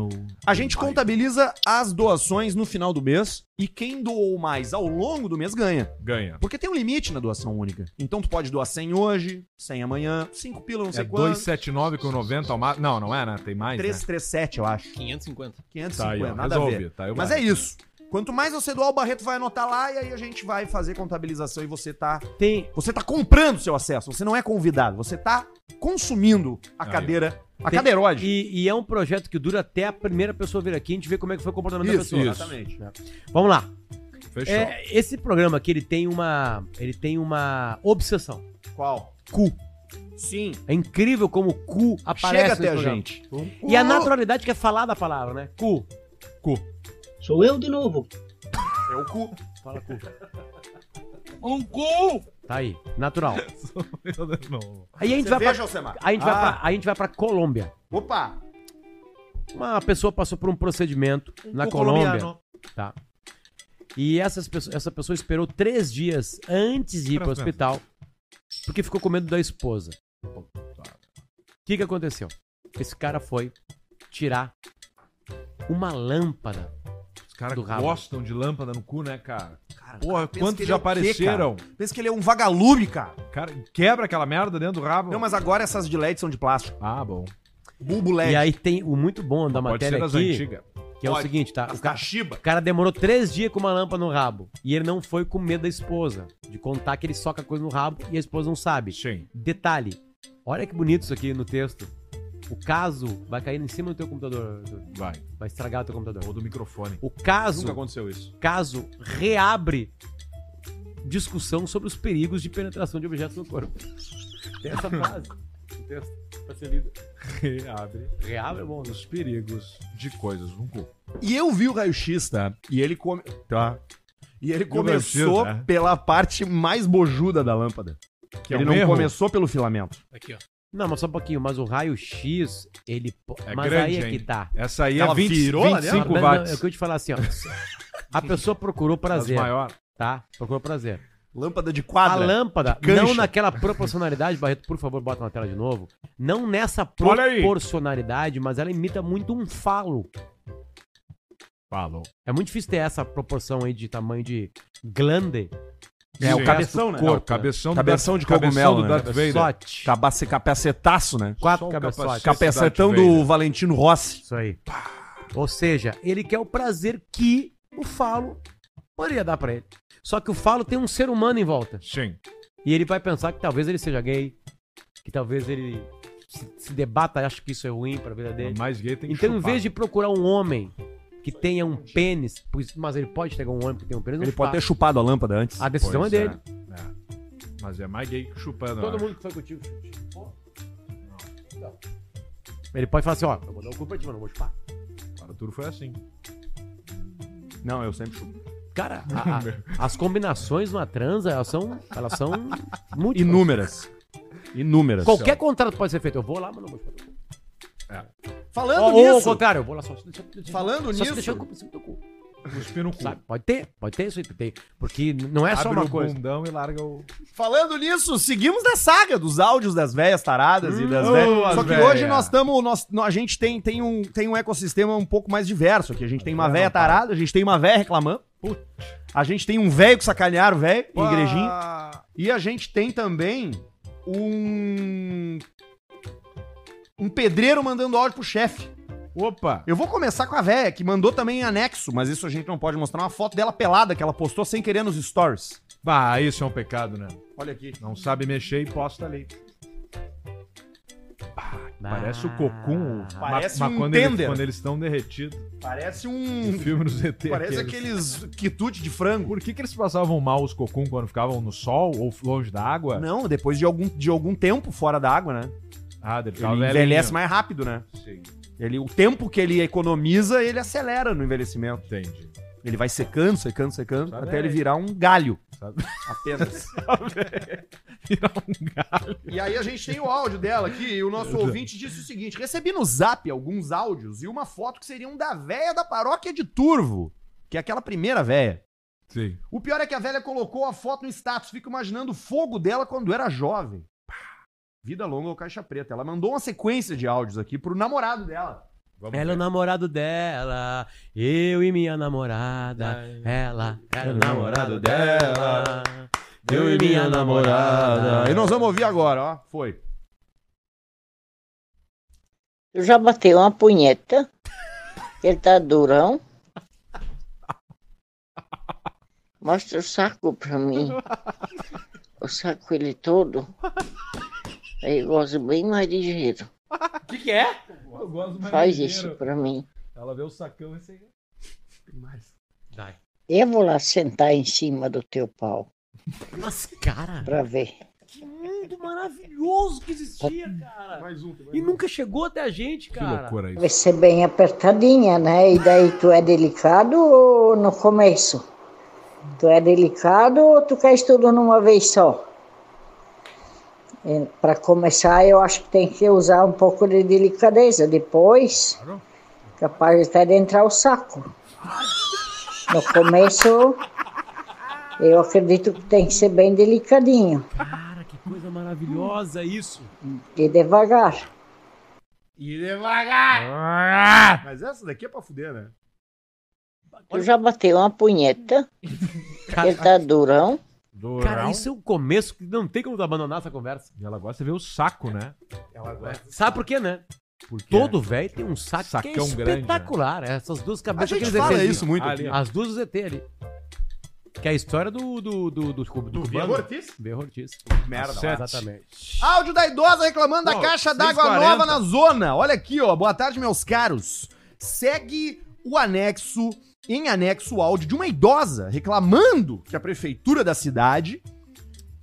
A gente contabiliza as doações no final do mês e quem doou mais ao longo do mês ganha.
Ganha.
Porque tem um limite na doação única. Então tu pode doar 100 hoje, 100 amanhã, 5 pila, não
É
sei quanto.
279 com 90 ao máximo. Não, não é, né? Tem mais. né?
337, eu acho.
550.
550,
Tá aí, ó.
nada a ver.
Resolve. Tá aí,
Mas é isso. Quanto mais você doar, o Barreto vai anotar lá e aí a gente vai fazer contabilização e você tá,
Tem,
você tá comprando seu acesso. Você não é convidado, você tá consumindo a
Aí, ó.
cadeira, a
Tem-
cadeirode.
e, e é um projeto que dura até a primeira pessoa vir aqui, a gente vê como é que foi o comportamento da
Isso,
pessoa.
isso.
Exatamente.
Vamos lá.
né? Fechou.
É, esse programa aqui, ele tem uma. Ele tem uma obsessão.
Qual?
Cu.
Sim.
É incrível como o cu aparece.
Chega
nesse
até a
programa.
gente.
Então,
E a naturalidade que é falar da palavra, né? Cu.
Sou eu de novo.
É o cu.
Fala cu.
Um gol!
Tá aí. Natural.
Meu Deus, não.
Aí a gente
Você
vai pra.
veja, Alcemar.
A gente, vai
Ah.
pra, a gente vai pra Colômbia.
Opa.
Uma pessoa passou por um procedimento na Colômbia. Tá. E essas pesso- essa pessoa esperou três dias antes de ir para o
Presta
hospital porque ficou com medo da esposa. O que, que aconteceu? Esse cara foi tirar uma lâmpada.
Os caras
Do rabo.
gostam de lâmpada no cu, né, cara?
Cara,
Porra,
pensa que
quantos
ele
já
é o quê,
apareceram?
cara? Pensa que ele é um vagalume, cara.
Cara, quebra aquela merda dentro do rabo.
Não, mas agora essas de LED são de plástico.
Ah, bom.
Bulbo LED.
E aí tem o muito bom da
Pode ser
matéria
das
aqui,
antigas.
que é o
Pode.
seguinte, tá? O
As
ca-
Toshiba.
o cara demorou três dias com uma lâmpada no rabo. E ele não foi com medo da esposa. De contar que ele soca coisa no rabo e a esposa não sabe.
Sim.
Detalhe, olha que bonito isso aqui no texto. O caso vai cair em cima do teu computador, Arthur.
Vai.
vai estragar o teu computador.
Ou do microfone.
O caso,
Nunca aconteceu isso.
caso reabre discussão sobre os perigos de penetração de objetos no corpo. Tem essa frase. O texto vai ser lido.
Reabre
Reabre é bom. né?
os perigos de coisas no cu.
E eu vi o raio-x, tá? E ele, come...
Tá.
e é. ele
o raio-x,
começou
né?
pela parte mais bojuda da lâmpada.
Que
ele
é um
não
erro.
começou pelo filamento.
Aqui, ó.
Não, mas só um pouquinho. Mas o raio-x, ele. po-
É
mas
grande,
aí é
hein?
que tá.
Essa aí é
Ela
20,
virou lá dentro?
25
Mas não,
watts.
eu quero te falar assim, ó. A pessoa procurou
das
prazer,
maior.
tá? Procurou prazer.
Lâmpada de
A
quadra.
lâmpada,
cancha.
não naquela proporcionalidade, Barreto, por favor, bota na tela de novo. Não nessa
Olha aí.
proporcionalidade, mas ela imita muito um falo.
Falou.
É muito difícil ter essa proporção aí de tamanho de glande.
É, o
Sim.
cabeção, né?
Pô,
Corpo.
cabeção,
Cabeção de
Darth-
cogumelo, né?
cabeção do Darth Vader.
Sote.
Cabace, capacetaço, né?
Quatro
Só o
cabeçotes.
capacete.
Capacetão
Darth Vader.
do Valentino Rossi.
Isso aí. Ou seja, ele quer o prazer que o falo poderia dar pra ele. Só que o falo tem um ser humano em volta.
Sim.
E ele vai pensar que talvez ele seja gay, que talvez ele se, se debata, acha que isso é ruim pra vida dele.
Mais gay tem que
Então, em
chupar.
vez de procurar um homem que tenha um pênis, pois- mas ele pode pegar um homem que tenha um pênis,
Ele
não
pode ter
faz.
chupado a lâmpada antes.
A decisão
Pois
é dele.
é. Mas é mais gay que chupando. né? eu
Todo
acho.
mundo que foi contigo chupou.
Então.
Ele pode falar assim, ó, eu vou dar o cu pra ti, mas não vou chupar.
Para tudo foi assim.
Não, eu sempre chupo.
Cara, a- a- as combinações numa transa, elas são, elas são múltiplas.
Inúmeras. Inúmeras.
Qualquer
assim,
contrato pode ser feito. Eu vou lá, mas não vou chupar.
É.
Falando
Ou, ou ao contrário, eu vou lá só. só- só-
Falando
só
nisso-
Só deixar o cu em cima do cu.
Cuspir no cu.
Sabe? Pode ter, pode ter isso aí. Tem, porque não é só
Abre
uma
o
coisa.
bundão e larga o...
Falando nisso, seguimos da saga dos áudios das velhas taradas e das
Hum, ô,
velhas.
as
Só que
véia.
hoje nós estamos. Nós, nó- a gente tem, tem, um, tem um ecossistema um pouco mais diverso aqui. A gente tem uma velha tarada, a gente tem uma velha reclamando. A gente tem um velho que sacanearam o velho, em igrejinha. E a gente tem também um. Um pedreiro mandando áudio pro chefe.
Opa!
Eu vou começar com a véia, que mandou também em anexo, mas isso a gente não pode mostrar uma foto dela pelada que ela postou sem querer nos stories.
Bah, isso é um pecado, né?
Olha aqui.
Não sabe mexer e posta ali. Parece o cocum.
Ah.
o-
Parece
mas
um
quando, ele-
tender.
quando eles estão derretidos.
Parece
O
um.
filme nos ET.
Parece
aqueles.
aqueles quitute de frango.
Por que, que eles passavam mal os cocum quando ficavam no sol ou longe da água?
Não, depois de algum, de algum tempo fora da água, né?
Ah, ele
Ele
ficava
envelhece
velhinho.
mais rápido, né?
Sim,
Ele, o tempo que ele economiza, ele acelera no envelhecimento.
entendi.
Ele vai secando, secando, secando,
Sabe
até
aí.
ele virar um galho.
Sabe?
Apenas. um E aí a gente tem o áudio dela aqui, e o nosso ouvinte disse o seguinte: recebi no zap alguns áudios e uma foto que seriam da véia da paróquia de Turvo, que é aquela primeira véia.
Sim.
O pior é que a velha colocou a foto no status, fico imaginando o fogo dela quando era jovem. Pá. Vida longa ou caixa preta. Ela mandou uma sequência de áudios aqui pro namorado dela.
Vamos
Ela é o
ver.
namorado dela, eu e minha namorada. Ela era o namorado dela, eu e minha namorada.
Ah, E nós vamos ouvir agora, ó. Foi.
Eu já bati uma punheta. Ele tá durão. Mostra o saco pra mim. Eu saco ele todo. Aí eu gosto bem mais ligeiro.
O que, que é?
Eu gosto mais
Faz
do
isso
dinheiro.
pra mim.
Ela vê o sacão e você...
Eu vou lá sentar em cima do teu pau
Mas, cara,
pra ver.
que mundo maravilhoso que existia, cara.
Mais um.
E nunca chegou até a gente,
Que
cara.
loucura isso.
Vai ser bem apertadinha, né? E daí tu é delicado ou no começo? Tu é delicado ou tu queres tudo numa vez só? Para começar, eu acho que tem que usar um pouco de delicadeza. Depois, capaz até de entrar o saco. No começo, eu acredito que tem que ser bem delicadinho
Cara, que coisa maravilhosa isso.
e devagar.
Mas essa daqui é pra fuder, né?
Tu já bateu uma punheta,
Cara,
tá durão.
É, cara, isso é o começo que não tem como abandonar essa conversa.
E ela gosta de ver o saco, né?
Sabe por quê, né?
Porque
Todo velho tem um saco que é
Sacão grande,
espetacular. Essas duas
A
cabeças
gente
que eles
fala
defendem.
isso muito.
Ah, ali, ó.
As duas do ZT ali. Que é a história do. Do. Do. Do. Do. Do.
Vitor Ortiz?
Berro Ortiz.
Merda,
Sete.
Exatamente.
Áudio da idosa reclamando da
Pô,
caixa d'água
6,40.
nova na zona. Olha aqui, ó. Boa tarde, meus caros. Segue o anexo, em anexo o áudio de uma idosa reclamando que a prefeitura da cidade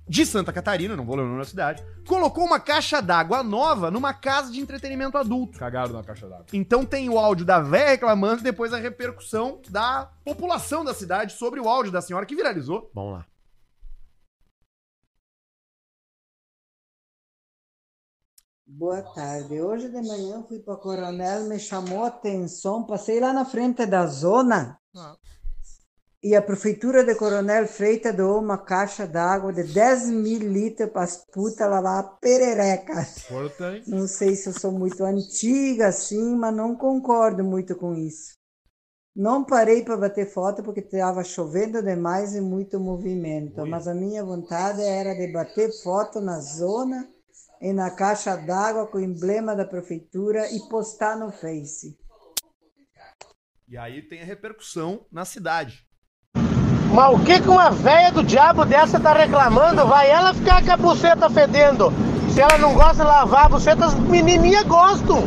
de Santa Catarina, não vou lembrar o nome da cidade, colocou uma caixa d'água nova numa casa de entretenimento adulto.
Cagaram na caixa d'água.
Então tem o áudio da véia reclamando e depois a repercussão da população da cidade sobre o áudio da senhora que viralizou.
Vamos lá.
Boa tarde. Hoje de manhã eu fui para Coronel, me chamou a atenção, passei lá na frente da zona e a prefeitura de Coronel Freitas doou uma caixa d'água de 10 mil litros para as putas lavar a perereca.
Importante.
Não sei se eu sou muito antiga assim, mas não concordo muito com isso. Não parei para bater foto porque estava chovendo demais e muito movimento, mas a minha vontade era de bater foto na zona e na caixa d'água com o emblema da prefeitura e postar no Face.
E aí tem a repercussão na cidade.
Mas o que que uma velha do diabo dessa tá reclamando? Vai ela ficar com a buceta fedendo. Se ela não gosta de lavar a buceta, as menininhas gostam.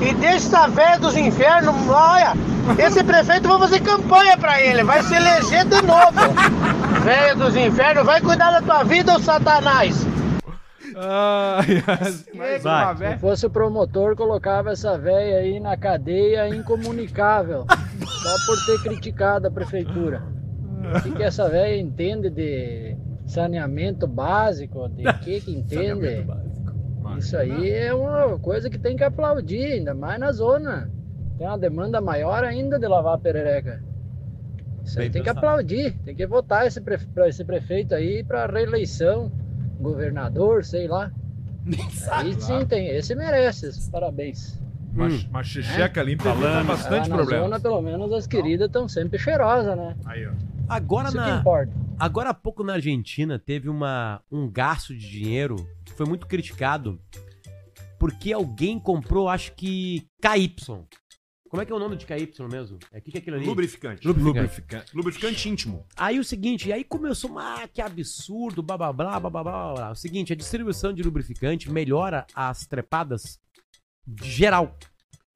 E deixa essa velha dos infernos, olha, esse prefeito vai fazer campanha pra ele, vai se eleger de novo. Velha dos infernos, vai cuidar da tua vida, ô satanás.
Ai,
Vai.
velha.
fosse o promotor, colocava essa véia aí na cadeia incomunicável, só por ter criticado a prefeitura. O que, que essa véia entende de saneamento básico? De que que entende? Isso aí é uma coisa que tem que aplaudir, ainda mais na zona. Tem uma demanda maior ainda de lavar a perereca. Isso aí
Bem
tem que
pensado.
aplaudir, tem que votar esse, prefe- pra esse prefeito aí para reeleição, governador, sei lá. Aí sim tem, esse merece, parabéns.
Mas, mas xixeca limpa evita
Falando.
bastante
Lá É, na zona,
problema.
pelo menos as queridas estão sempre cheirosas, né?
Aí, ó.
Agora
Isso que
na,
importa.
Agora há pouco na Argentina teve uma, um gasto de dinheiro que foi muito criticado porque alguém comprou, acho que KY. Como é que é o nome de KY mesmo? É o que, que é aquilo ali?
Lubrificante. É.
Lubrificante.
Lubrificante íntimo.
Aí o seguinte, aí começou uma, ah, que absurdo, blá blá blá, blá blá blá blá. O seguinte, a distribuição de lubrificante melhora as trepadas de geral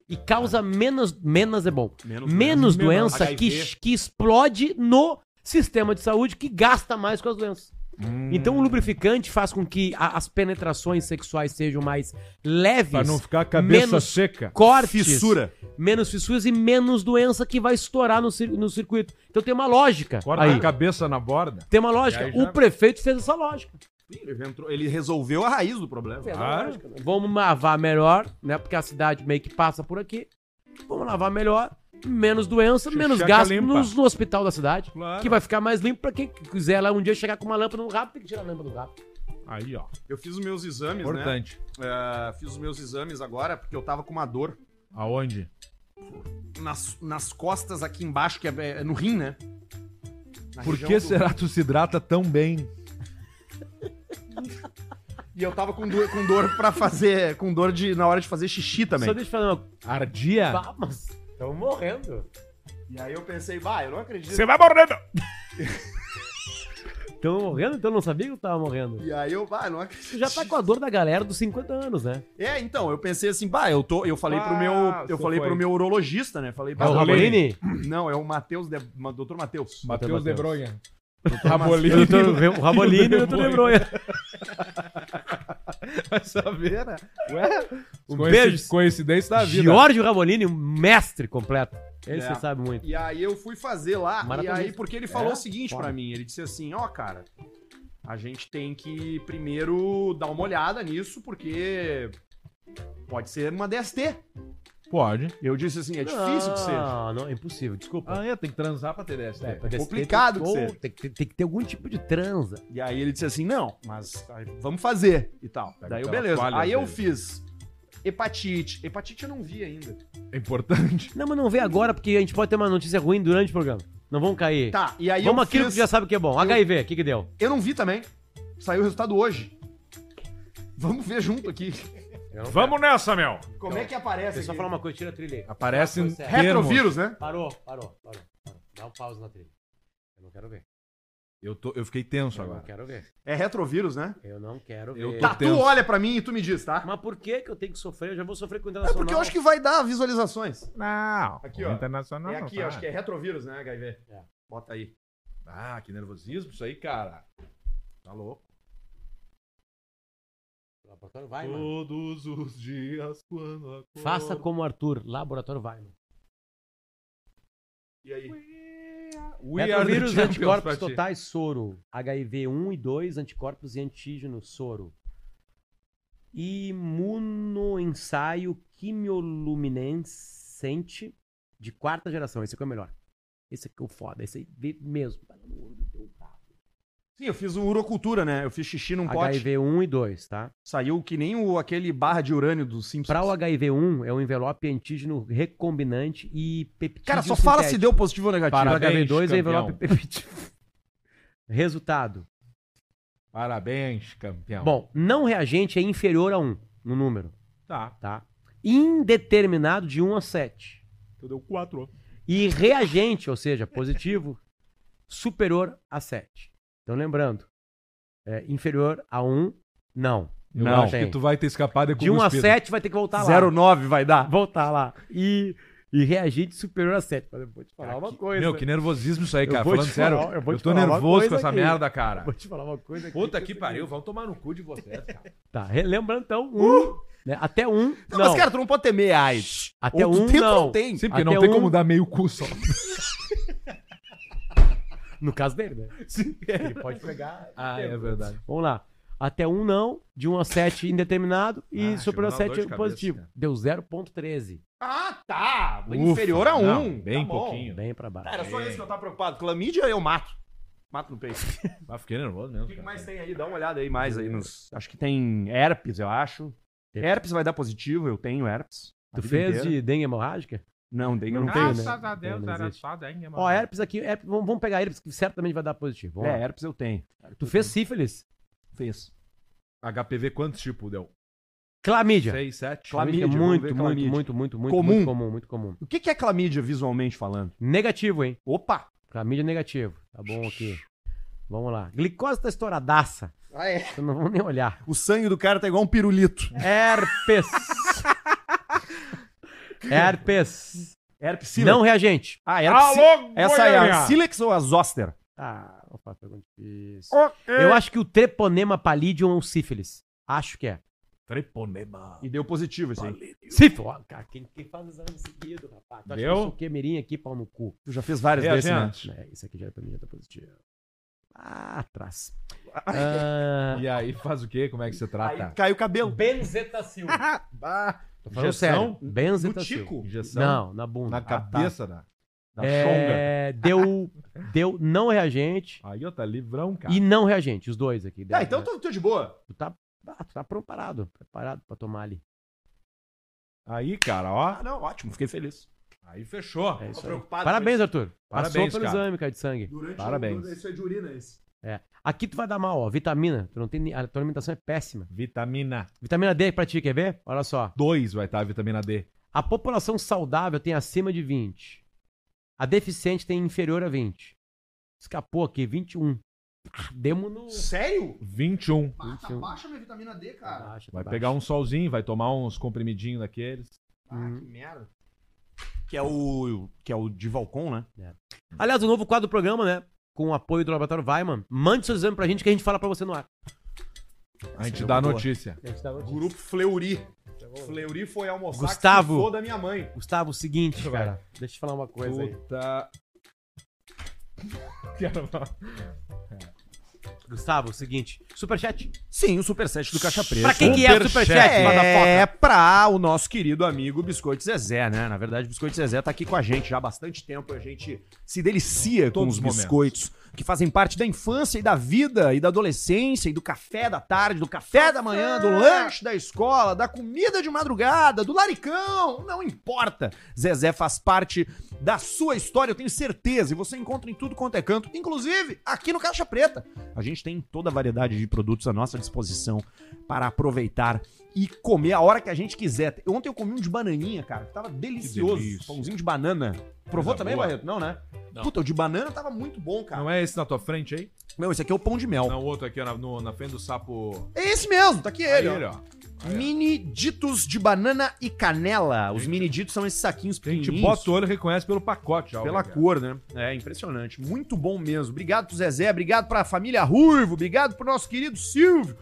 e causa menos, menos é bom,
Menos,
menos doença
HIV.
que, que explode no sistema de saúde que gasta mais com as doenças.
Hum.
Então o lubrificante faz com que a- as penetrações sexuais sejam mais leves,
Pra não ficar a cabeça
menos
seca.
cortes,
Fissura.
menos fissuras e menos doença que vai estourar no, cir- no circuito. Então tem uma lógica.
Corta
aí.
a cabeça na borda.
Tem uma lógica.
E aí já-
O prefeito fez essa lógica.
Ele, entrou- ele resolveu a raiz do problema.
Claro.
né? Vamos lavar melhor, né? Porque a cidade meio que passa por aqui. Vamos lavar melhor, menos doença,
Xixeca
menos gasto
limpa.
nos- no hospital da cidade.
Claro.
Que vai ficar mais limpo pra quem quiser lá um dia chegar com uma lâmpada no rabo, tem que tirar a lâmpada do rabo.
Aí, ó.
Eu fiz os meus exames, né?
Importante.
Ah, fiz os meus exames agora porque eu tava com uma dor
Aonde?
nas, nas costas aqui embaixo, que é, é no rim, né? Na
Por
região
que
do-
será que tu se hidrata tão bem?
E eu tava com dor, com dor pra fazer. Com dor de, na hora de fazer xixi
Só
também.
deixa eu falar uma coisa.
Ardia?
Ah. Mas estão morrendo.
E aí eu pensei, vai, eu não acredito.
vai morrendo!
Estão morrendo? Então eu não sabia que eu tava morrendo.
E aí eu, vai, não acredito.
Tu já tá com a dor da galera dos 50 anos, né?
É, então, eu pensei assim, bah, eu tô, eu falei pro
Ah,
meu, eu
você
falei
foi.
pro meu urologista, né? Falei, bah,
Ah,
É o
doutor-
Rabolini?
Não, é o Matheus, de- ma- doutor Matheus.
Matheus
Matheus.
de Bronha. Tá
Eu
Rabolini.
tô- O Rabolini e o Dr. Lebronha.
Vai saber, né? Ué? Um
beijo.
Coincidência da vida.
Giorgio Rabolini, um mestre completo. Ele
É.
você sabe muito.
E aí eu fui fazer lá, e
Maratonista.
aí porque ele falou
É?
o seguinte
Foda.
pra mim, ele disse assim, ó, cara, a gente tem que primeiro dar uma olhada nisso, porque pode ser uma DST.
Pode.
Eu disse assim, é difícil que seja.
Não, não, é impossível, desculpa.
Ah, é, tem que transar pra ter né? DST.
É, pra DST
complicado
tem
que
ou
seja.
Tem, que- tem que ter algum tipo de transa.
E aí ele disse assim, não, mas aí vamos fazer e tal.
Pega
Daí eu,
aquela
beleza.
toalha
Aí eu
dele.
fiz hepatite. Hepatite eu não vi ainda.
É importante.
Não, mas não vê agora, porque a gente pode ter uma notícia ruim durante o programa. Não vamos cair.
Tá, e aí
vamos
eu
aquilo
fiz...
que já sabe que é bom. HIV, o que que deu?
Eu não vi também. Saiu o resultado hoje. Vamos ver junto aqui.
Vamos nessa, meu!
Como é que aparece
Deixa eu só
aqui?
falar uma coisa, tira a trilha aí.
Aparece um
Pois é.
termos.
Retrovírus, né?
Parou, parou, parou. parou. Dá um pause na trilha. Eu não quero ver.
Eu, tô, eu fiquei tenso
Eu não
agora.
quero ver.
É retrovírus, né?
Eu não quero ver.
Tá Eu tô-
Tá, tu
tenso.
olha pra mim e tu me diz, tá?
Mas por que que eu tenho que sofrer? Eu já vou sofrer com o
É
internacional.
porque eu acho que vai dar visualizações.
Não.
Aqui, ó.
Internacional.
é aqui,
tá.
eu acho que é retrovírus, né, HIV?
É.
Bota aí.
Ah, que nervosismo isso aí, cara. Tá louco.
Laboratório vai, mano.
Todos os dias quando acordo.
Faça como o Arthur, laboratório vai, mano.
E aí? We are the
Retrovírus,
champions pra
um anticorpos
ti.
totais, soro. HIV 1 e 2, anticorpos e antígeno, soro. Imunoensaio quimioluminescente de quarta geração. Esse aqui é o melhor. Esse aqui é o foda. Esse aí vê mesmo. Pelo amor de Deus, tá?
Sim, eu fiz o Urocultura, né? Eu fiz xixi num pote.
HIV 1 e 2, tá?
Saiu que nem o, aquele barra de urânio do Simpsons.
Para o HIV1 é um envelope antígeno recombinante e peptídeo
Cara, só fala se
sintético.
deu positivo ou negativo.
Para o
Parabéns,
HB2 é envelope
campeão.
peptídeo. Resultado.
Parabéns, campeão.
Bom, não reagente é inferior a 1 no número,
tá.
tá? Indeterminado de 1 a 7.
Tu deu quatro.
E reagente, ou seja, positivo, superior a 7. Então lembrando, é, inferior a 1, não.
Eu
Não.
acho que tu vai ter escapado é com
De 1 a
cuspido. Tá
7 vai ter que voltar lá.
09 vai dar.
Voltar lá. E, e reagente superior a 7. Mas eu vou te falar uma coisa.
Meu, que nervosismo isso aí,
é. Eu
cara.
vou te
Falando
falar-
sério,
eu
eu,
vou te
tô
falar uma
nervoso
coisa
com essa
aqui.
merda, cara.
Vou te falar uma coisa aqui.
Puta que pariu, vão tomar no cu de vocês, cara.
Tá, relembrando então, um, né, até um, não.
Não, Mas, cara, tu não pode temer AIDS.
até
Ou tu
um,
tem ou tu
não.
tem.
Sim, porque
Até
não tem
um-
como dar meio cu só.
No caso dele, né? Ele pode pegar.
Ah, é verdade.
Vamos lá. Até um não, de 1 a 7 indeterminado e
Ah,
superou a
chegou a dar
7
dor de cabeça,
positivo.
cara.
Deu 0.13.
Ah, tá.
Ufa,
Inferior a um.
não, bem
Tá
bom.
pouquinho.
Bem pra baixo.
Cara, é só isso que eu tava preocupado. Clamídia eu mato. Mato no peito.
Ah, fiquei nervoso mesmo.
O que, que
cara.
mais tem aí? Dá uma olhada aí mais aí nos. Acho que tem herpes, eu acho. Herpes vai dar positivo, eu tenho herpes. A
Tu
vida
fez
inteira.
de dengue hemorrágica?
Não, um- dengue eu não
tem,
tenho.
né?
Graças a Deus,
É, não
era
existe.
só
né,
dengue, mano.
Ó, é herpes aqui, herpes- vamos, vamos pegar herpes, que certamente vai dar positivo. Vamos
É,
lá.
herpes eu tenho.
Tu fez sífilis?
Fez.
HPV quantos tipo deu?
Clamídia.
seis sete
Clamídia,
Clamídia,
vamos
muito,
ver
muito,
clamídia.
muito, muito, muito,
Comum.
muito comum, muito comum.
O que que é clamídia visualmente falando?
Negativo, hein?
Opa!
Clamídia negativo. Tá bom aqui. Vamos lá. Glicose tá estouradaça.
Ah, é.
Então não vamos nem olhar.
O sangue do cara tá igual um pirulito.
Herpes. Herpes.
Herpes sílex.
Não reagente.
Ah, herpes sí-
Alô,
Essa é a
Goiânia!
sílex ou a zoster?
Ah, não faço pergunta difícil.
Ok.
Eu acho que o treponema pallidum é um sífilis. Acho que é.
Treponema.
E deu positivo
assim.
esse aí.
Sífilis. Ó, cara, quem, quem faz exame seguido, rapaz? Tu acha que
Deu?
eu sou queiminha aqui, pau no cu?
Tu já fez várias vezes, né?
Reagente.
É, isso aqui já pra mim já tá positivo. Ah, atrás. Ah,
E aí faz o quê? Como é que você trata?
Aí caiu o cabelo.
benzetacil.
Ah,
Tô falando
Injeção?
sério. Benzetacil.
tico?
Assim, Injeção
Não, na bunda.
na
Ah, tá.
cabeça da, da chonga.
É, deu, deu não reagente
Aí, ó, tá livrão, cara.
e não reagente, os dois aqui.
Ah, então tu, tu de boa.
tu tá, ah, tu tá preparado, preparado pra tomar ali.
Aí, cara, ó.
Ah, não, ótimo, fiquei feliz.
Aí fechou.
É isso aí.
preocupado
Parabéns, Arthur. Passou
Parabéns,
pelo
cara.
exame, cara, de sangue.
Durante
Parabéns.
o- Isso é de urina, esse.
Aqui tu vai dar mal, ó. Vitamina. Tu não tem, ni- a tua alimentação é péssima.
Vitamina
Vitamina D pra ti, quer ver? Olha só.
2 vai estar a vitamina D.
A população saudável tem acima de 20. A deficiente tem inferior a 20. Escapou aqui, 21. Ah, Demo no.
Sério?
21.
21.
Baixa minha vitamina D, cara.
Baixa, tá
Vai
baixa.
pegar um solzinho, vai tomar uns comprimidinhos daqueles.
Ah, que
Uhum.
merda. Que é o. Que é o Divalcon, né?
Aliás, o novo quadro do programa, né? Com o apoio do Laboratório Weiman. Mande seu exame pra gente que a gente fala pra você no ar.
A gente
é
dá a
boa.
notícia.
Grupo Fleury. Fleury foi almoçar
Gustavo.
com o da minha mãe.
Gustavo, o seguinte,
Vai.
cara. Deixa eu te falar uma coisa aí.
Puta.
Gustavo, o seguinte. Superchat.
Sim, o superchat do Caixa Preta.
Pra quem que é o superchat,
É
motherfucker?
pra o nosso querido amigo Biscoito Zezé, né? Na verdade, o Biscoito Zezé tá aqui com a gente já há bastante tempo. A gente se delicia com
Todos
os
os momentos.
biscoitos que fazem parte da infância e da vida e da adolescência e do café da tarde, do café da manhã, do lanche da escola, da comida de madrugada, do laricão. Não importa. Zezé faz parte da sua história, eu tenho certeza. E você encontra em tudo quanto é canto, inclusive aqui no Caixa Preta. A gente tem toda a variedade de produtos à nossa disposição para aproveitar e comer a hora que a gente quiser. Ontem eu comi um de bananinha, cara. que Tava delicioso.
delícia.
Pãozinho de banana. Provou
Coisa
também,
boa.
Barreto? Não, né? Puta, o de banana tava muito bom, cara.
Não é esse na tua frente aí?
Não, esse aqui é o pão de mel.
Não, o outro aqui ó, na, no- na frente do sapo.
É esse mesmo, tá aqui ele,
Aí,
ó.
ele, ó. Aí, ó.
Mini ditos de banana e canela. Os mini ditos são esses saquinhos
A gente
pequenininhos.
Tipo, bota o olho e reconhece pelo pacote já.
Pela
cara.
cor, né? É impressionante. Muito bom mesmo. Obrigado pro Zezé, obrigado pra família Ruivo, obrigado pro nosso querido Silvio.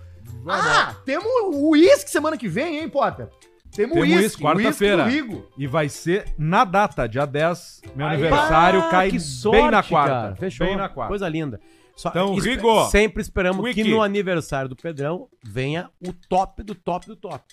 Ah, temos o uísque semana que vem, hein, Potter? Temos
Temos isso,
uísque,
quarta-feira.
uísque do Rigo.
E vai ser na data, dia 10. Meu
Aí.
aniversário
Ah,
cai
que
bem
sorte,
na quarta.
cara. Fechou.
Bem na quarta.
Coisa linda. Só-
Então,
espe-
Rigo.
Sempre esperamos que
Wiki.
no aniversário do Pedrão venha o top do top do top.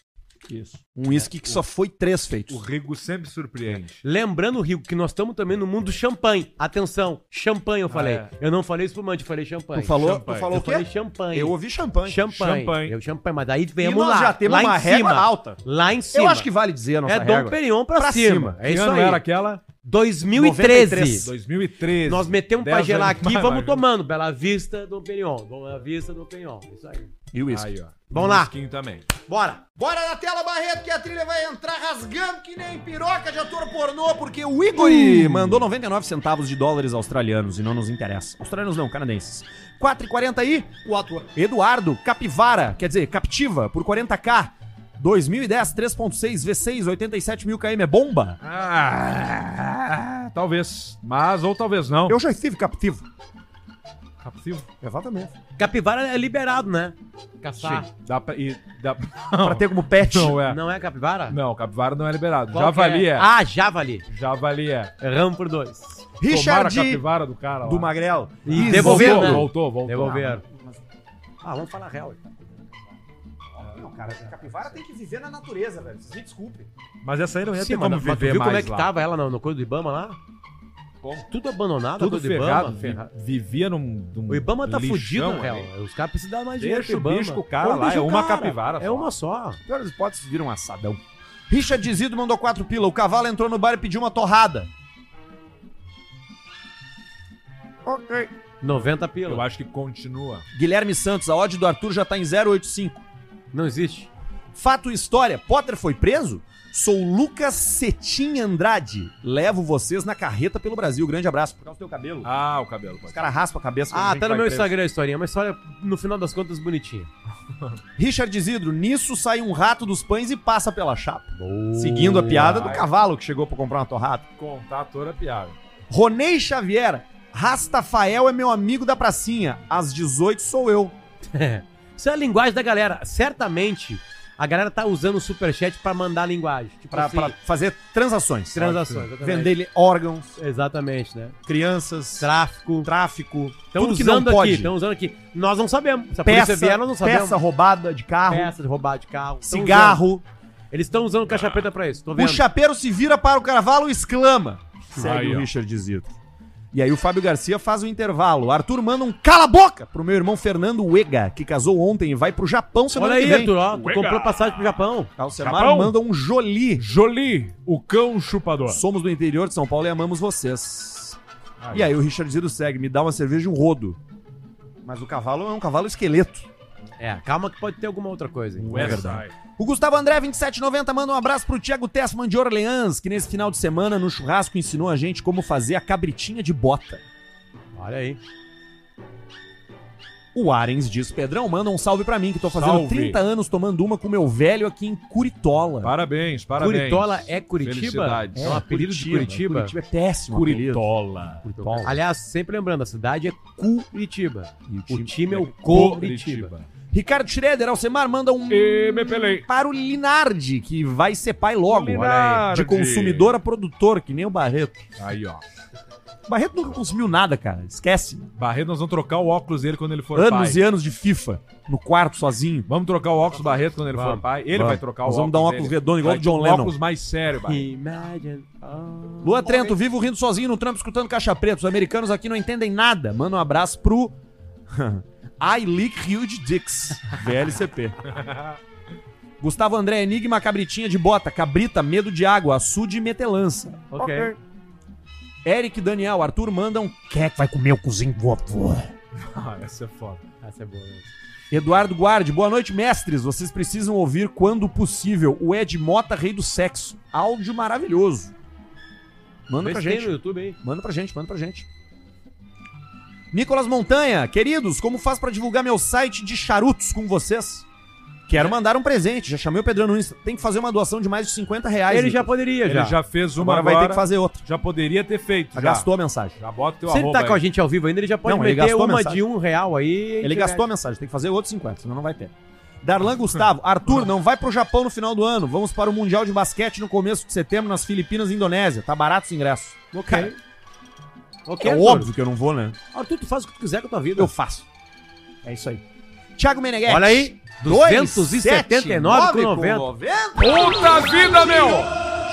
Isso.
Um uísque que só foi três feitos.
O Rigo sempre surpreende.
Lembrando, Rigo, que nós estamos também no mundo do champanhe. Atenção, champanhe eu falei.
é.
Eu não falei espumante, eu falei champanhe.
Tu falou, tu
champanhe.
falou
Eu
o quê?
falei champanhe.
Eu ouvi champanhe.
Champanhe.
Champanhe.
Eu champanhe, mas daí
E
vemos
nós
lá.
já temos
lá
uma
em
régua
cima.
alta.
Lá em cima.
Eu acho que vale dizer a nossa
É Dom
régua.
Perignon pra,
Pra
cima.
cima.
É isso
ano
aí.
era aquela?
2013.
2013.
Nós metemos um pra
Dez
gelar
anos
aqui,
mais,
vamos
mais.
tomando. Bela Vista, Dom Perignon. Bela Vista, Dom Perignon. É Isso aí.
E o uísque.
Aí, ó.
Vamos lá.
Whiskinho também.
Bora.
Bora na tela, Barreto, que a trilha vai entrar rasgando que nem piroca de ator pornô, porque o Igor mandou 99 centavos de dólares australianos e não nos interessa. Australianos não, canadenses. 4,40 aí, o ator Eduardo Capivara, quer dizer, Captiva, por 40k. 2010, 3.6, V6, 87 mil km, é bomba?
Ah, talvez. Mas, ou talvez não. Tá,
Eu já estive captivo.
Captivo.
Exatamente.
Capivara é liberado, né? Caçar.
Sim. tá. Dá pra. E, dá...
Pra ter como pet.
Não é.
Não é capivara?
Não, capivara não é liberado.
Qual
javali
que
é.
Ah, javali.
Javali é.
Erramos por dois.
Tomaram a
Richard
capivara do cara lá.
do Magrelo.
E
Voltou,
devolveu, né?
voltou, voltou.
Devolveram. Ah, vamos falar real.
então. Não, cara, capivara tem que viver na natureza, velho. Vocês me desculpem.
Mas essa aí não ia
Sim,
ter
mas,
como
mas tu
viver
viu
mais
como é que
lá.
tava ela no, no coisa do Ibama lá?
Como?
Tudo abandonado, a
Tudo
coisa
ferrado,
do Ibama.
vi-
ferrado.
vivia num, num
O Ibama tá
lixão
fudido, na
ali.
real. Os caras precisam dar mais dinheiro
Deixa
pro
o
Ibama.
bicho com o cara
Pô,
lá,
deixa
é
o
uma
cara.
capivara
É
só.
uma só.
Pior das hipóteses, vira um assadão. Richard Zido mandou quatro pila. O cavalo entrou no bar e pediu uma torrada. Ok.
90 pila.
Eu acho que continua.
Guilherme Santos, a odd do Arthur já tá em 085.
Não existe.
Fato e história, Potter foi preso? Sou Lucas Cetim Andrade. Levo vocês na carreta pelo Brasil. Grande abraço. Por causa do teu cabelo.
Ah, o cabelo.
Os
Pode.
caras raspam a cabeça. quando a
Ah,
gente
tá no
vai
meu
preso.
Instagram a historinha, mas olha, no final das contas, bonitinha.
Richard Isidro, nisso sai um rato dos pães e passa pela chapa.
Boa.
Seguindo a piada do cavalo que chegou pra comprar uma torrada.
Contar toda a piada.
Ronei Xavier, Rastafael é meu amigo da pracinha. Às 18 sou eu.
É. Isso é a linguagem da galera. Certamente, a galera tá usando o superchat pra mandar linguagem. Tipo
Pra,
assim,
pra fazer transações.
transações. exatamente.
Vender li- órgãos,
Exatamente, né?
crianças,
Tráfico.
tráfico,
Estão
tudo que não
usando aqui,
pode.
estão usando aqui. Nós não sabemos. Se a
peça,
polícia vier, é nós não sabemos.
peça roubada de carro,
Peça de roubar de carro. Tão
cigarro. Ah.
usando. Eles estão usando caixa preta pra isso. Tô
O
vendo.
chapeiro se vira para o cavalo e exclama. Segue
Aí,
o
ó.
Richard Zito. E aí o Fábio Garcia faz o intervalo. O Arthur manda um cala a boca pro meu irmão Fernando Uega, que casou ontem e vai pro Japão semana
Olha
que
aí,
vem.
Arthur. Ó, tu
Uega.
comprou passagem pro Japão.
Alcemar
Japão?
manda um Jolie.
Jolie, o cão chupador.
Somos do interior de São Paulo e amamos vocês. E aí o Richard Zito segue, me dá uma cerveja e um rodo. Mas o cavalo é um cavalo esqueleto.
É, calma que pode ter alguma outra coisa. hein?
West
É verdade.
Side.
O Gustavo André, 2790, manda um abraço pro Thiago Tessman de Orleans, que nesse final de semana, no churrasco, ensinou a gente como fazer a cabritinha de bota.
Olha aí.
O Arens diz, Pedrão, manda um salve pra mim, que tô fazendo
Salve.
30 anos tomando uma com meu velho aqui em Curitola.
Parabéns, parabéns.
Curitola é Curitiba?
Felicidades.
É um apelido de Curitiba?
Curitiba é péssimo apelido.
Curitola.
Curitola.
Aliás, sempre lembrando, a cidade é Curitiba.
E o
O
time-
time é o Curitiba.
Curitiba.
Ricardo Schroeder, Alcemar, manda um
E me pelei.
para o Linardi, que vai ser pai logo.
Linardi.
De consumidor a produtor, que nem o Barreto.
Aí, ó.
O Barreto nunca consumiu nada, cara. Esquece.
Barreto, nós vamos trocar o óculos dele quando ele for pai.
anos e anos de FIFA, no quarto sozinho.
Vamos trocar o óculos do Barreto quando ele for
Vamos.
pai. Ele
Vamos.
vai trocar
Nós
o óculos.
vamos dar um óculos
dele.
redondo igual
Vai
o John
ter um
Lennon.
óculos mais sério, Barreto.
Imagine. all-
Lua Trento, vivo rindo sozinho no trampo, escutando Caixa Preta. Os americanos aqui não entendem nada. Manda um abraço pro... I Leak Huge Dicks, VLCP. Gustavo André, Enigma, Cabritinha de Bota, Cabrita, Medo de Água, Açude e Metelança.
Ok.
Eric Daniel, Arthur mandam... Quer que vai comer o cozinho, vovô?
Ah, essa é foda.
Essa é boa. né?
Eduardo Guardi, boa noite, mestres. Vocês precisam ouvir, quando possível, o Ed Mota, rei do sexo. Áudio maravilhoso. Manda
Vê
pra
se tem no
gente.
YouTube aí.
Manda pra gente, manda pra gente. Nicolas Montanha, queridos, como faz pra divulgar meu site de charutos com vocês? Quero mandar um presente. Já chamei o Pedrão no Insta. Tem que fazer uma doação de mais de 50 reais.
Ele já
Nicolas.
poderia,
Ele
já.
já fez uma
Agora
agora.
vai ter que fazer outra.
Já poderia ter feito. Já,
Gastou a mensagem.
já bota teu
Se ele
arroba
tá com a
aí.
gente ao vivo ainda, ele já pode
Não, ele
meter
gastou a
uma
mensagem.
de um real aí.
Ele gastou a mensagem. Tem que fazer outros 50, senão não vai ter. Darlan Gustavo, Arthur, não vai pro Japão no final do ano. Vamos para o Mundial de Basquete no começo de setembro nas Filipinas e Indonésia. Tá barato os ingressos.
Ok.
É óbvio que eu não vou, né?
Arthur, tu faz o que tu quiser com a tua vida.
Eu faço. É isso aí. Thiago Meneghetti.
Olha aí, 279,90.
Outra vida, meu!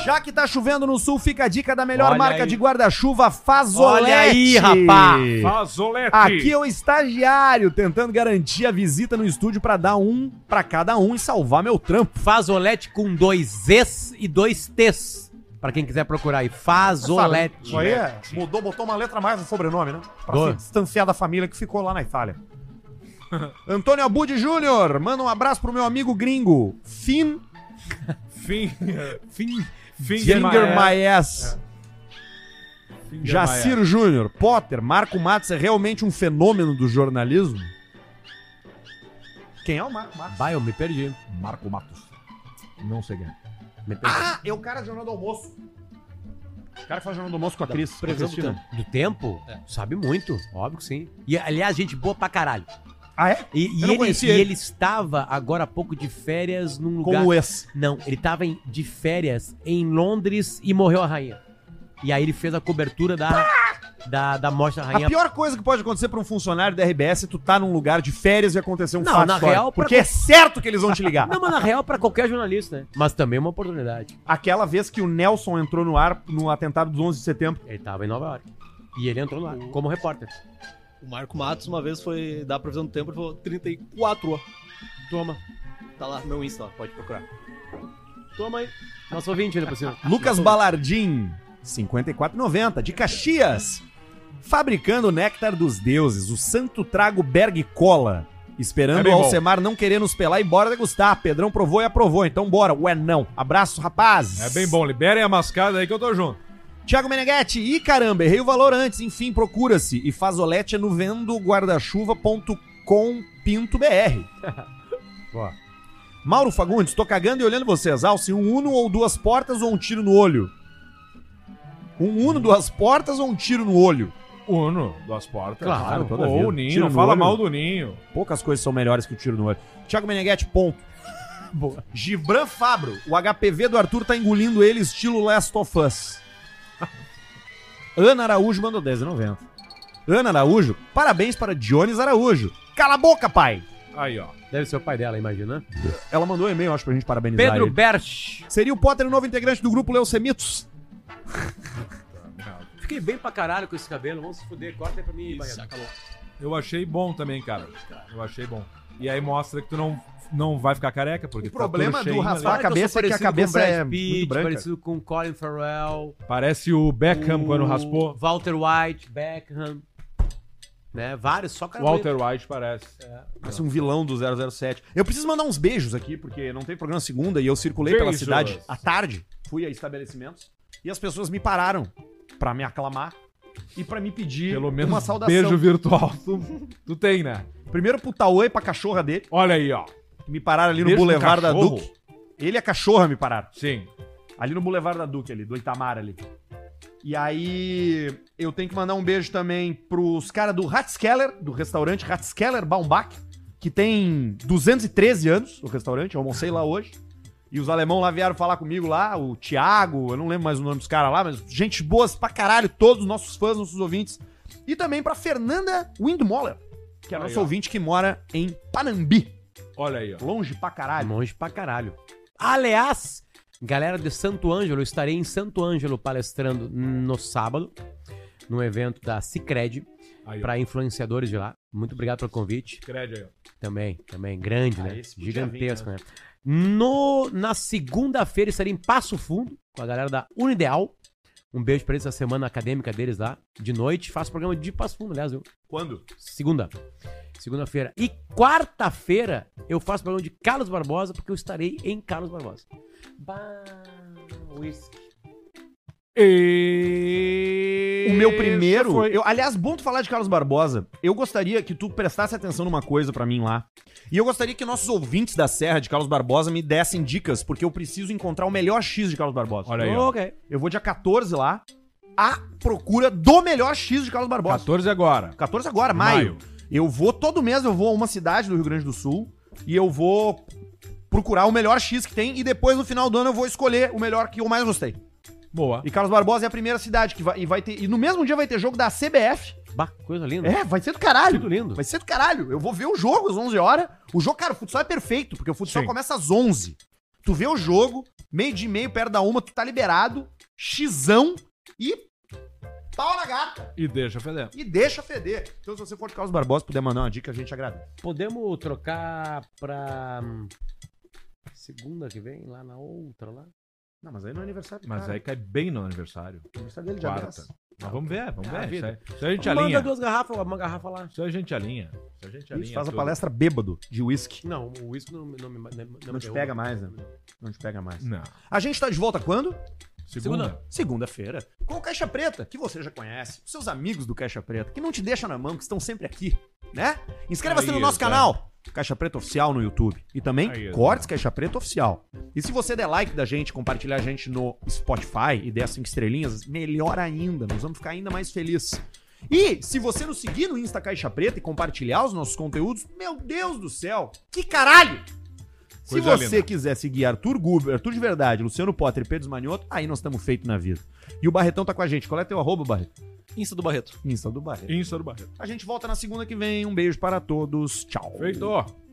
Já que tá chovendo no sul, fica a dica da melhor
Olha
marca
aí.
de guarda-chuva, Fazolete.
Olha aí, rapá.
Fazolete.
Aqui é o estagiário tentando garantir a visita no estúdio pra dar um pra cada um e salvar meu trampo.
Fazolete com dois Zs e dois Ts. Pra quem quiser procurar aí, Fazolete.
Isso aí é, mudou, botou uma letra a mais no sobrenome, né? Pra
Boa.
se distanciar da família que ficou lá na Itália. Antônio Abud Júnior, manda um abraço pro meu amigo gringo, Finn
Fim. Fim.
Finger My Ass.
Finger
É, Jacir Júnior, Potter, Marco Matos é realmente um fenômeno do jornalismo? Quem é o Marco Matos?
Vai, eu me perdi.
Marco Matos. Não sei quem é.
Me perdi.
Ah, é o cara do Jornal do Almoço. O cara que faz Jornal do Almoço com a Cris. com a
previsão do
Cristina.
tempo.
Do tempo? Sabe muito, óbvio que sim. E, aliás, gente boa pra caralho.
Ah, é?
E, e
não
ele,
conhecia
e
ele.
ele estava agora há pouco de férias num
Com
lugar.
o ex.
Não, ele estava em- de férias em Londres e morreu a rainha. E aí ele fez a cobertura da, da, da morte da rainha.
A pior coisa que pode acontecer pra um funcionário da RBS é tu tá num lugar de férias e acontecer um
Não,
fato
na
histórico,
real, pra-
Porque é certo que eles vão te ligar.
Não, mas na real, pra qualquer jornalista, né? Mas também é uma oportunidade.
Aquela vez que o Nelson entrou no ar no atentado dos 11 de setembro.
Ele tava em Nova York. E ele entrou lá, como repórter.
Uhum. O Marco Matos uma vez foi dar a previsão do tempo e falou 34. ó.
Toma.
Tá lá no meu Insta, ó, pode procurar.
Toma aí. Nosso ouvinte ainda por cima.
Ah,
Lucas Balardim, 54,90, de Caxias. Fabricando o néctar dos deuses, o santo trago Berg Cola.
É
Esperando
bem
o
bom.
Alcemar não querer nos pelar e bora degustar. Pedrão provou e aprovou, então bora. Ué, não. Abraço, rapaz.
É bem bom, liberem a mascada aí que eu tô junto.
Tiago Meneghetti, ih caramba, errei o valor antes, enfim, procura-se. E Fazolete é no vendoguardachuva.com.br. Ó. Mauro Fagundes, tô cagando e olhando vocês. Alce, um Uno ou duas portas ou um tiro no olho? Um Uno, duas portas ou um tiro no olho?
Uno, duas portas.
Claro, toda
Ou
vida.
o Ninho,
Tiro
não
no
fala
olho.
mal do Ninho.
Poucas coisas são melhores que o tiro no olho. Tiago Meneghetti, ponto. Boa. Gibran Fabro, o HPV do Arthur tá engolindo ele estilo Last of Us. Ana Araújo mandou 10,90. Ana Araújo, parabéns para Jones Araújo. Cala a boca, pai!
Aí, ó.
Deve ser o pai dela, imagina.
Ela mandou um e-mail, acho, pra gente parabenizar
Pedro
ele.
Berch.
Seria o Potter o novo integrante do grupo Leucemitos?
Fiquei bem pra caralho com esse cabelo. Vamos se fuder. Corta aí pra mim, Baiano.
Eu achei bom também, cara. Eu achei bom. E aí mostra que tu não, não vai ficar careca, porque
O problema
tá tudo
do
cheinho ali.
raspar- a cabeça é que a cabeça é muito
Pitt,
branca.
Parecido com Colin Farrell.
Parece o Beckham
o
quando raspou.
Walter White, Beckham. Né? Vários, só cara
Walter White parece.
Parece um vilão do 007. Eu preciso mandar uns beijos aqui, porque não tem programa segunda e eu circulei pela
Beijos.
cidade à tarde. Fui a estabelecimentos e as pessoas me pararam pra me aclamar e pra me pedir
Pelo menos
uma saudação.
beijo virtual tu, tu tem, né?
Primeiro pro Tauê e pra cachorra dele,
Olha aí, ó.
que me pararam ali no
Beijo pro
Boulevard da
cachorro?
Duque. Ele e a cachorra me pararam.
Sim.
Ali no Boulevard da Duque, ali, do Itamar ali. E aí, eu tenho que mandar um beijo também pros caras do Ratskeller, do restaurante Ratskeller Baumbach, que tem 213 anos o restaurante, eu almocei lá hoje. E os alemão lá vieram falar comigo lá, o Thiago, eu não lembro mais o nome dos caras lá, mas gente boas pra caralho, todos os nossos fãs, nossos ouvintes. E também pra Fernanda Windmoller, que é a
Aí,
nossa
ó.
ouvinte que mora em Panambi,
Olha aí, ó.
longe pra
Ah,
caralho.
Longe pra caralho. Aliás, galera de Santo Ângelo, eu estarei em Santo Ângelo palestrando no sábado, num evento da Cicred,
Aí, ó.
pra influenciadores de lá. Muito obrigado pelo convite.
Crédito aí, ó.
Também, também, grande, né?
esse podia
Gigantesco, né? No, na segunda-feira estarei em Passo Fundo com a galera da Unideal. Um beijo pra eles essa semana acadêmica deles lá, de noite. Faço programa de Passo Fundo, aliás, eu
Quando?
Segunda. Segunda-feira. E quarta-feira eu faço programa de Carlos Barbosa, porque eu estarei em Carlos Barbosa. Bah, whisky.
O meu primeiro. Eu, aliás, bom tu falar de Carlos Barbosa. Eu gostaria que tu prestasse atenção numa coisa pra mim lá. E eu gostaria que nossos ouvintes da Serra de Carlos Barbosa me dessem dicas, porque eu preciso encontrar o melhor X de Carlos Barbosa.
Olha aí, ó.
ok.
Eu vou dia 14 lá, à procura do melhor X de Carlos Barbosa.
14 agora.
14 agora, maio. Eu vou todo mês, eu vou a uma cidade do Rio Grande do Sul. e eu vou procurar o melhor X que tem e depois no final do ano eu vou escolher o melhor que eu mais gostei.
Boa.
E Carlos Barbosa é a primeira cidade que vai, e vai ter. E no mesmo dia vai ter jogo da CBF.
Bah, coisa linda.
É, vai ser do caralho.
Tudo lindo.
Vai ser do caralho. Eu vou ver o jogo às 11 horas. O jogo, cara, o futsal é perfeito, porque o futsal
Sim.
começa às 11. Tu vê o jogo, meio de meio, perto da uma, tu tá liberado, xizão e pau na gata.
E deixa fedendo.
E deixa feder. Então, se você for de Carlos Barbosa, puder mandar uma dica, a gente agradece.
Podemos trocar pra. hum, Segunda que vem, lá na outra, lá.
Não, mas aí não é aniversário do
Mas
cara.
aí cai bem no aniversário.
aniversário dele já
Quarta. Mas vamos ver, vamos
É
Ah,
a
ver. Isso
vida.
aí, isso aí a gente
Manda
alinha.
duas garrafas, uma garrafa lá.
Isso aí a gente alinha. Isso aí a gente
A
alinha.
gente faz a
é tudo.
palestra bêbado de uísque.
Não, o uísque não, não me. Não,
Não,
me
te
derruba.
pega mais, né? Não te pega mais.
Não.
A gente tá de volta quando?
Segunda.
Segunda.
Segunda-feira. Com o Caixa Preta, que você já conhece. Os seus amigos do Caixa Preta, que não te deixam na mão, que estão sempre aqui, né? Inscreva-se
Aí,
no nosso
exato.
canal. Caixa Preta Oficial no YouTube. E também
Aí, tá. exato.
Cortes Caixa Preta Oficial. E se você der like da gente, compartilhar a gente no Spotify e der cinco estrelinhas, melhor ainda. Nós vamos ficar ainda mais felizes. E se você nos seguir no Insta Caixa Preta e compartilhar os nossos conteúdos, meu Deus do céu, que caralho! Se
Coisa
você
linda.
quiser seguir Arthur Guber, Arthur de Verdade, Luciano Potter e Pedro Manioto, aí nós estamos feitos na vida. E o Barretão tá com a gente. Qual é teu arroba, Barreto?
Insta do Barreto.
Insta do Barreto.
Insta do Barreto.
A gente volta na segunda que vem. Um beijo para todos. Tchau.
Feito.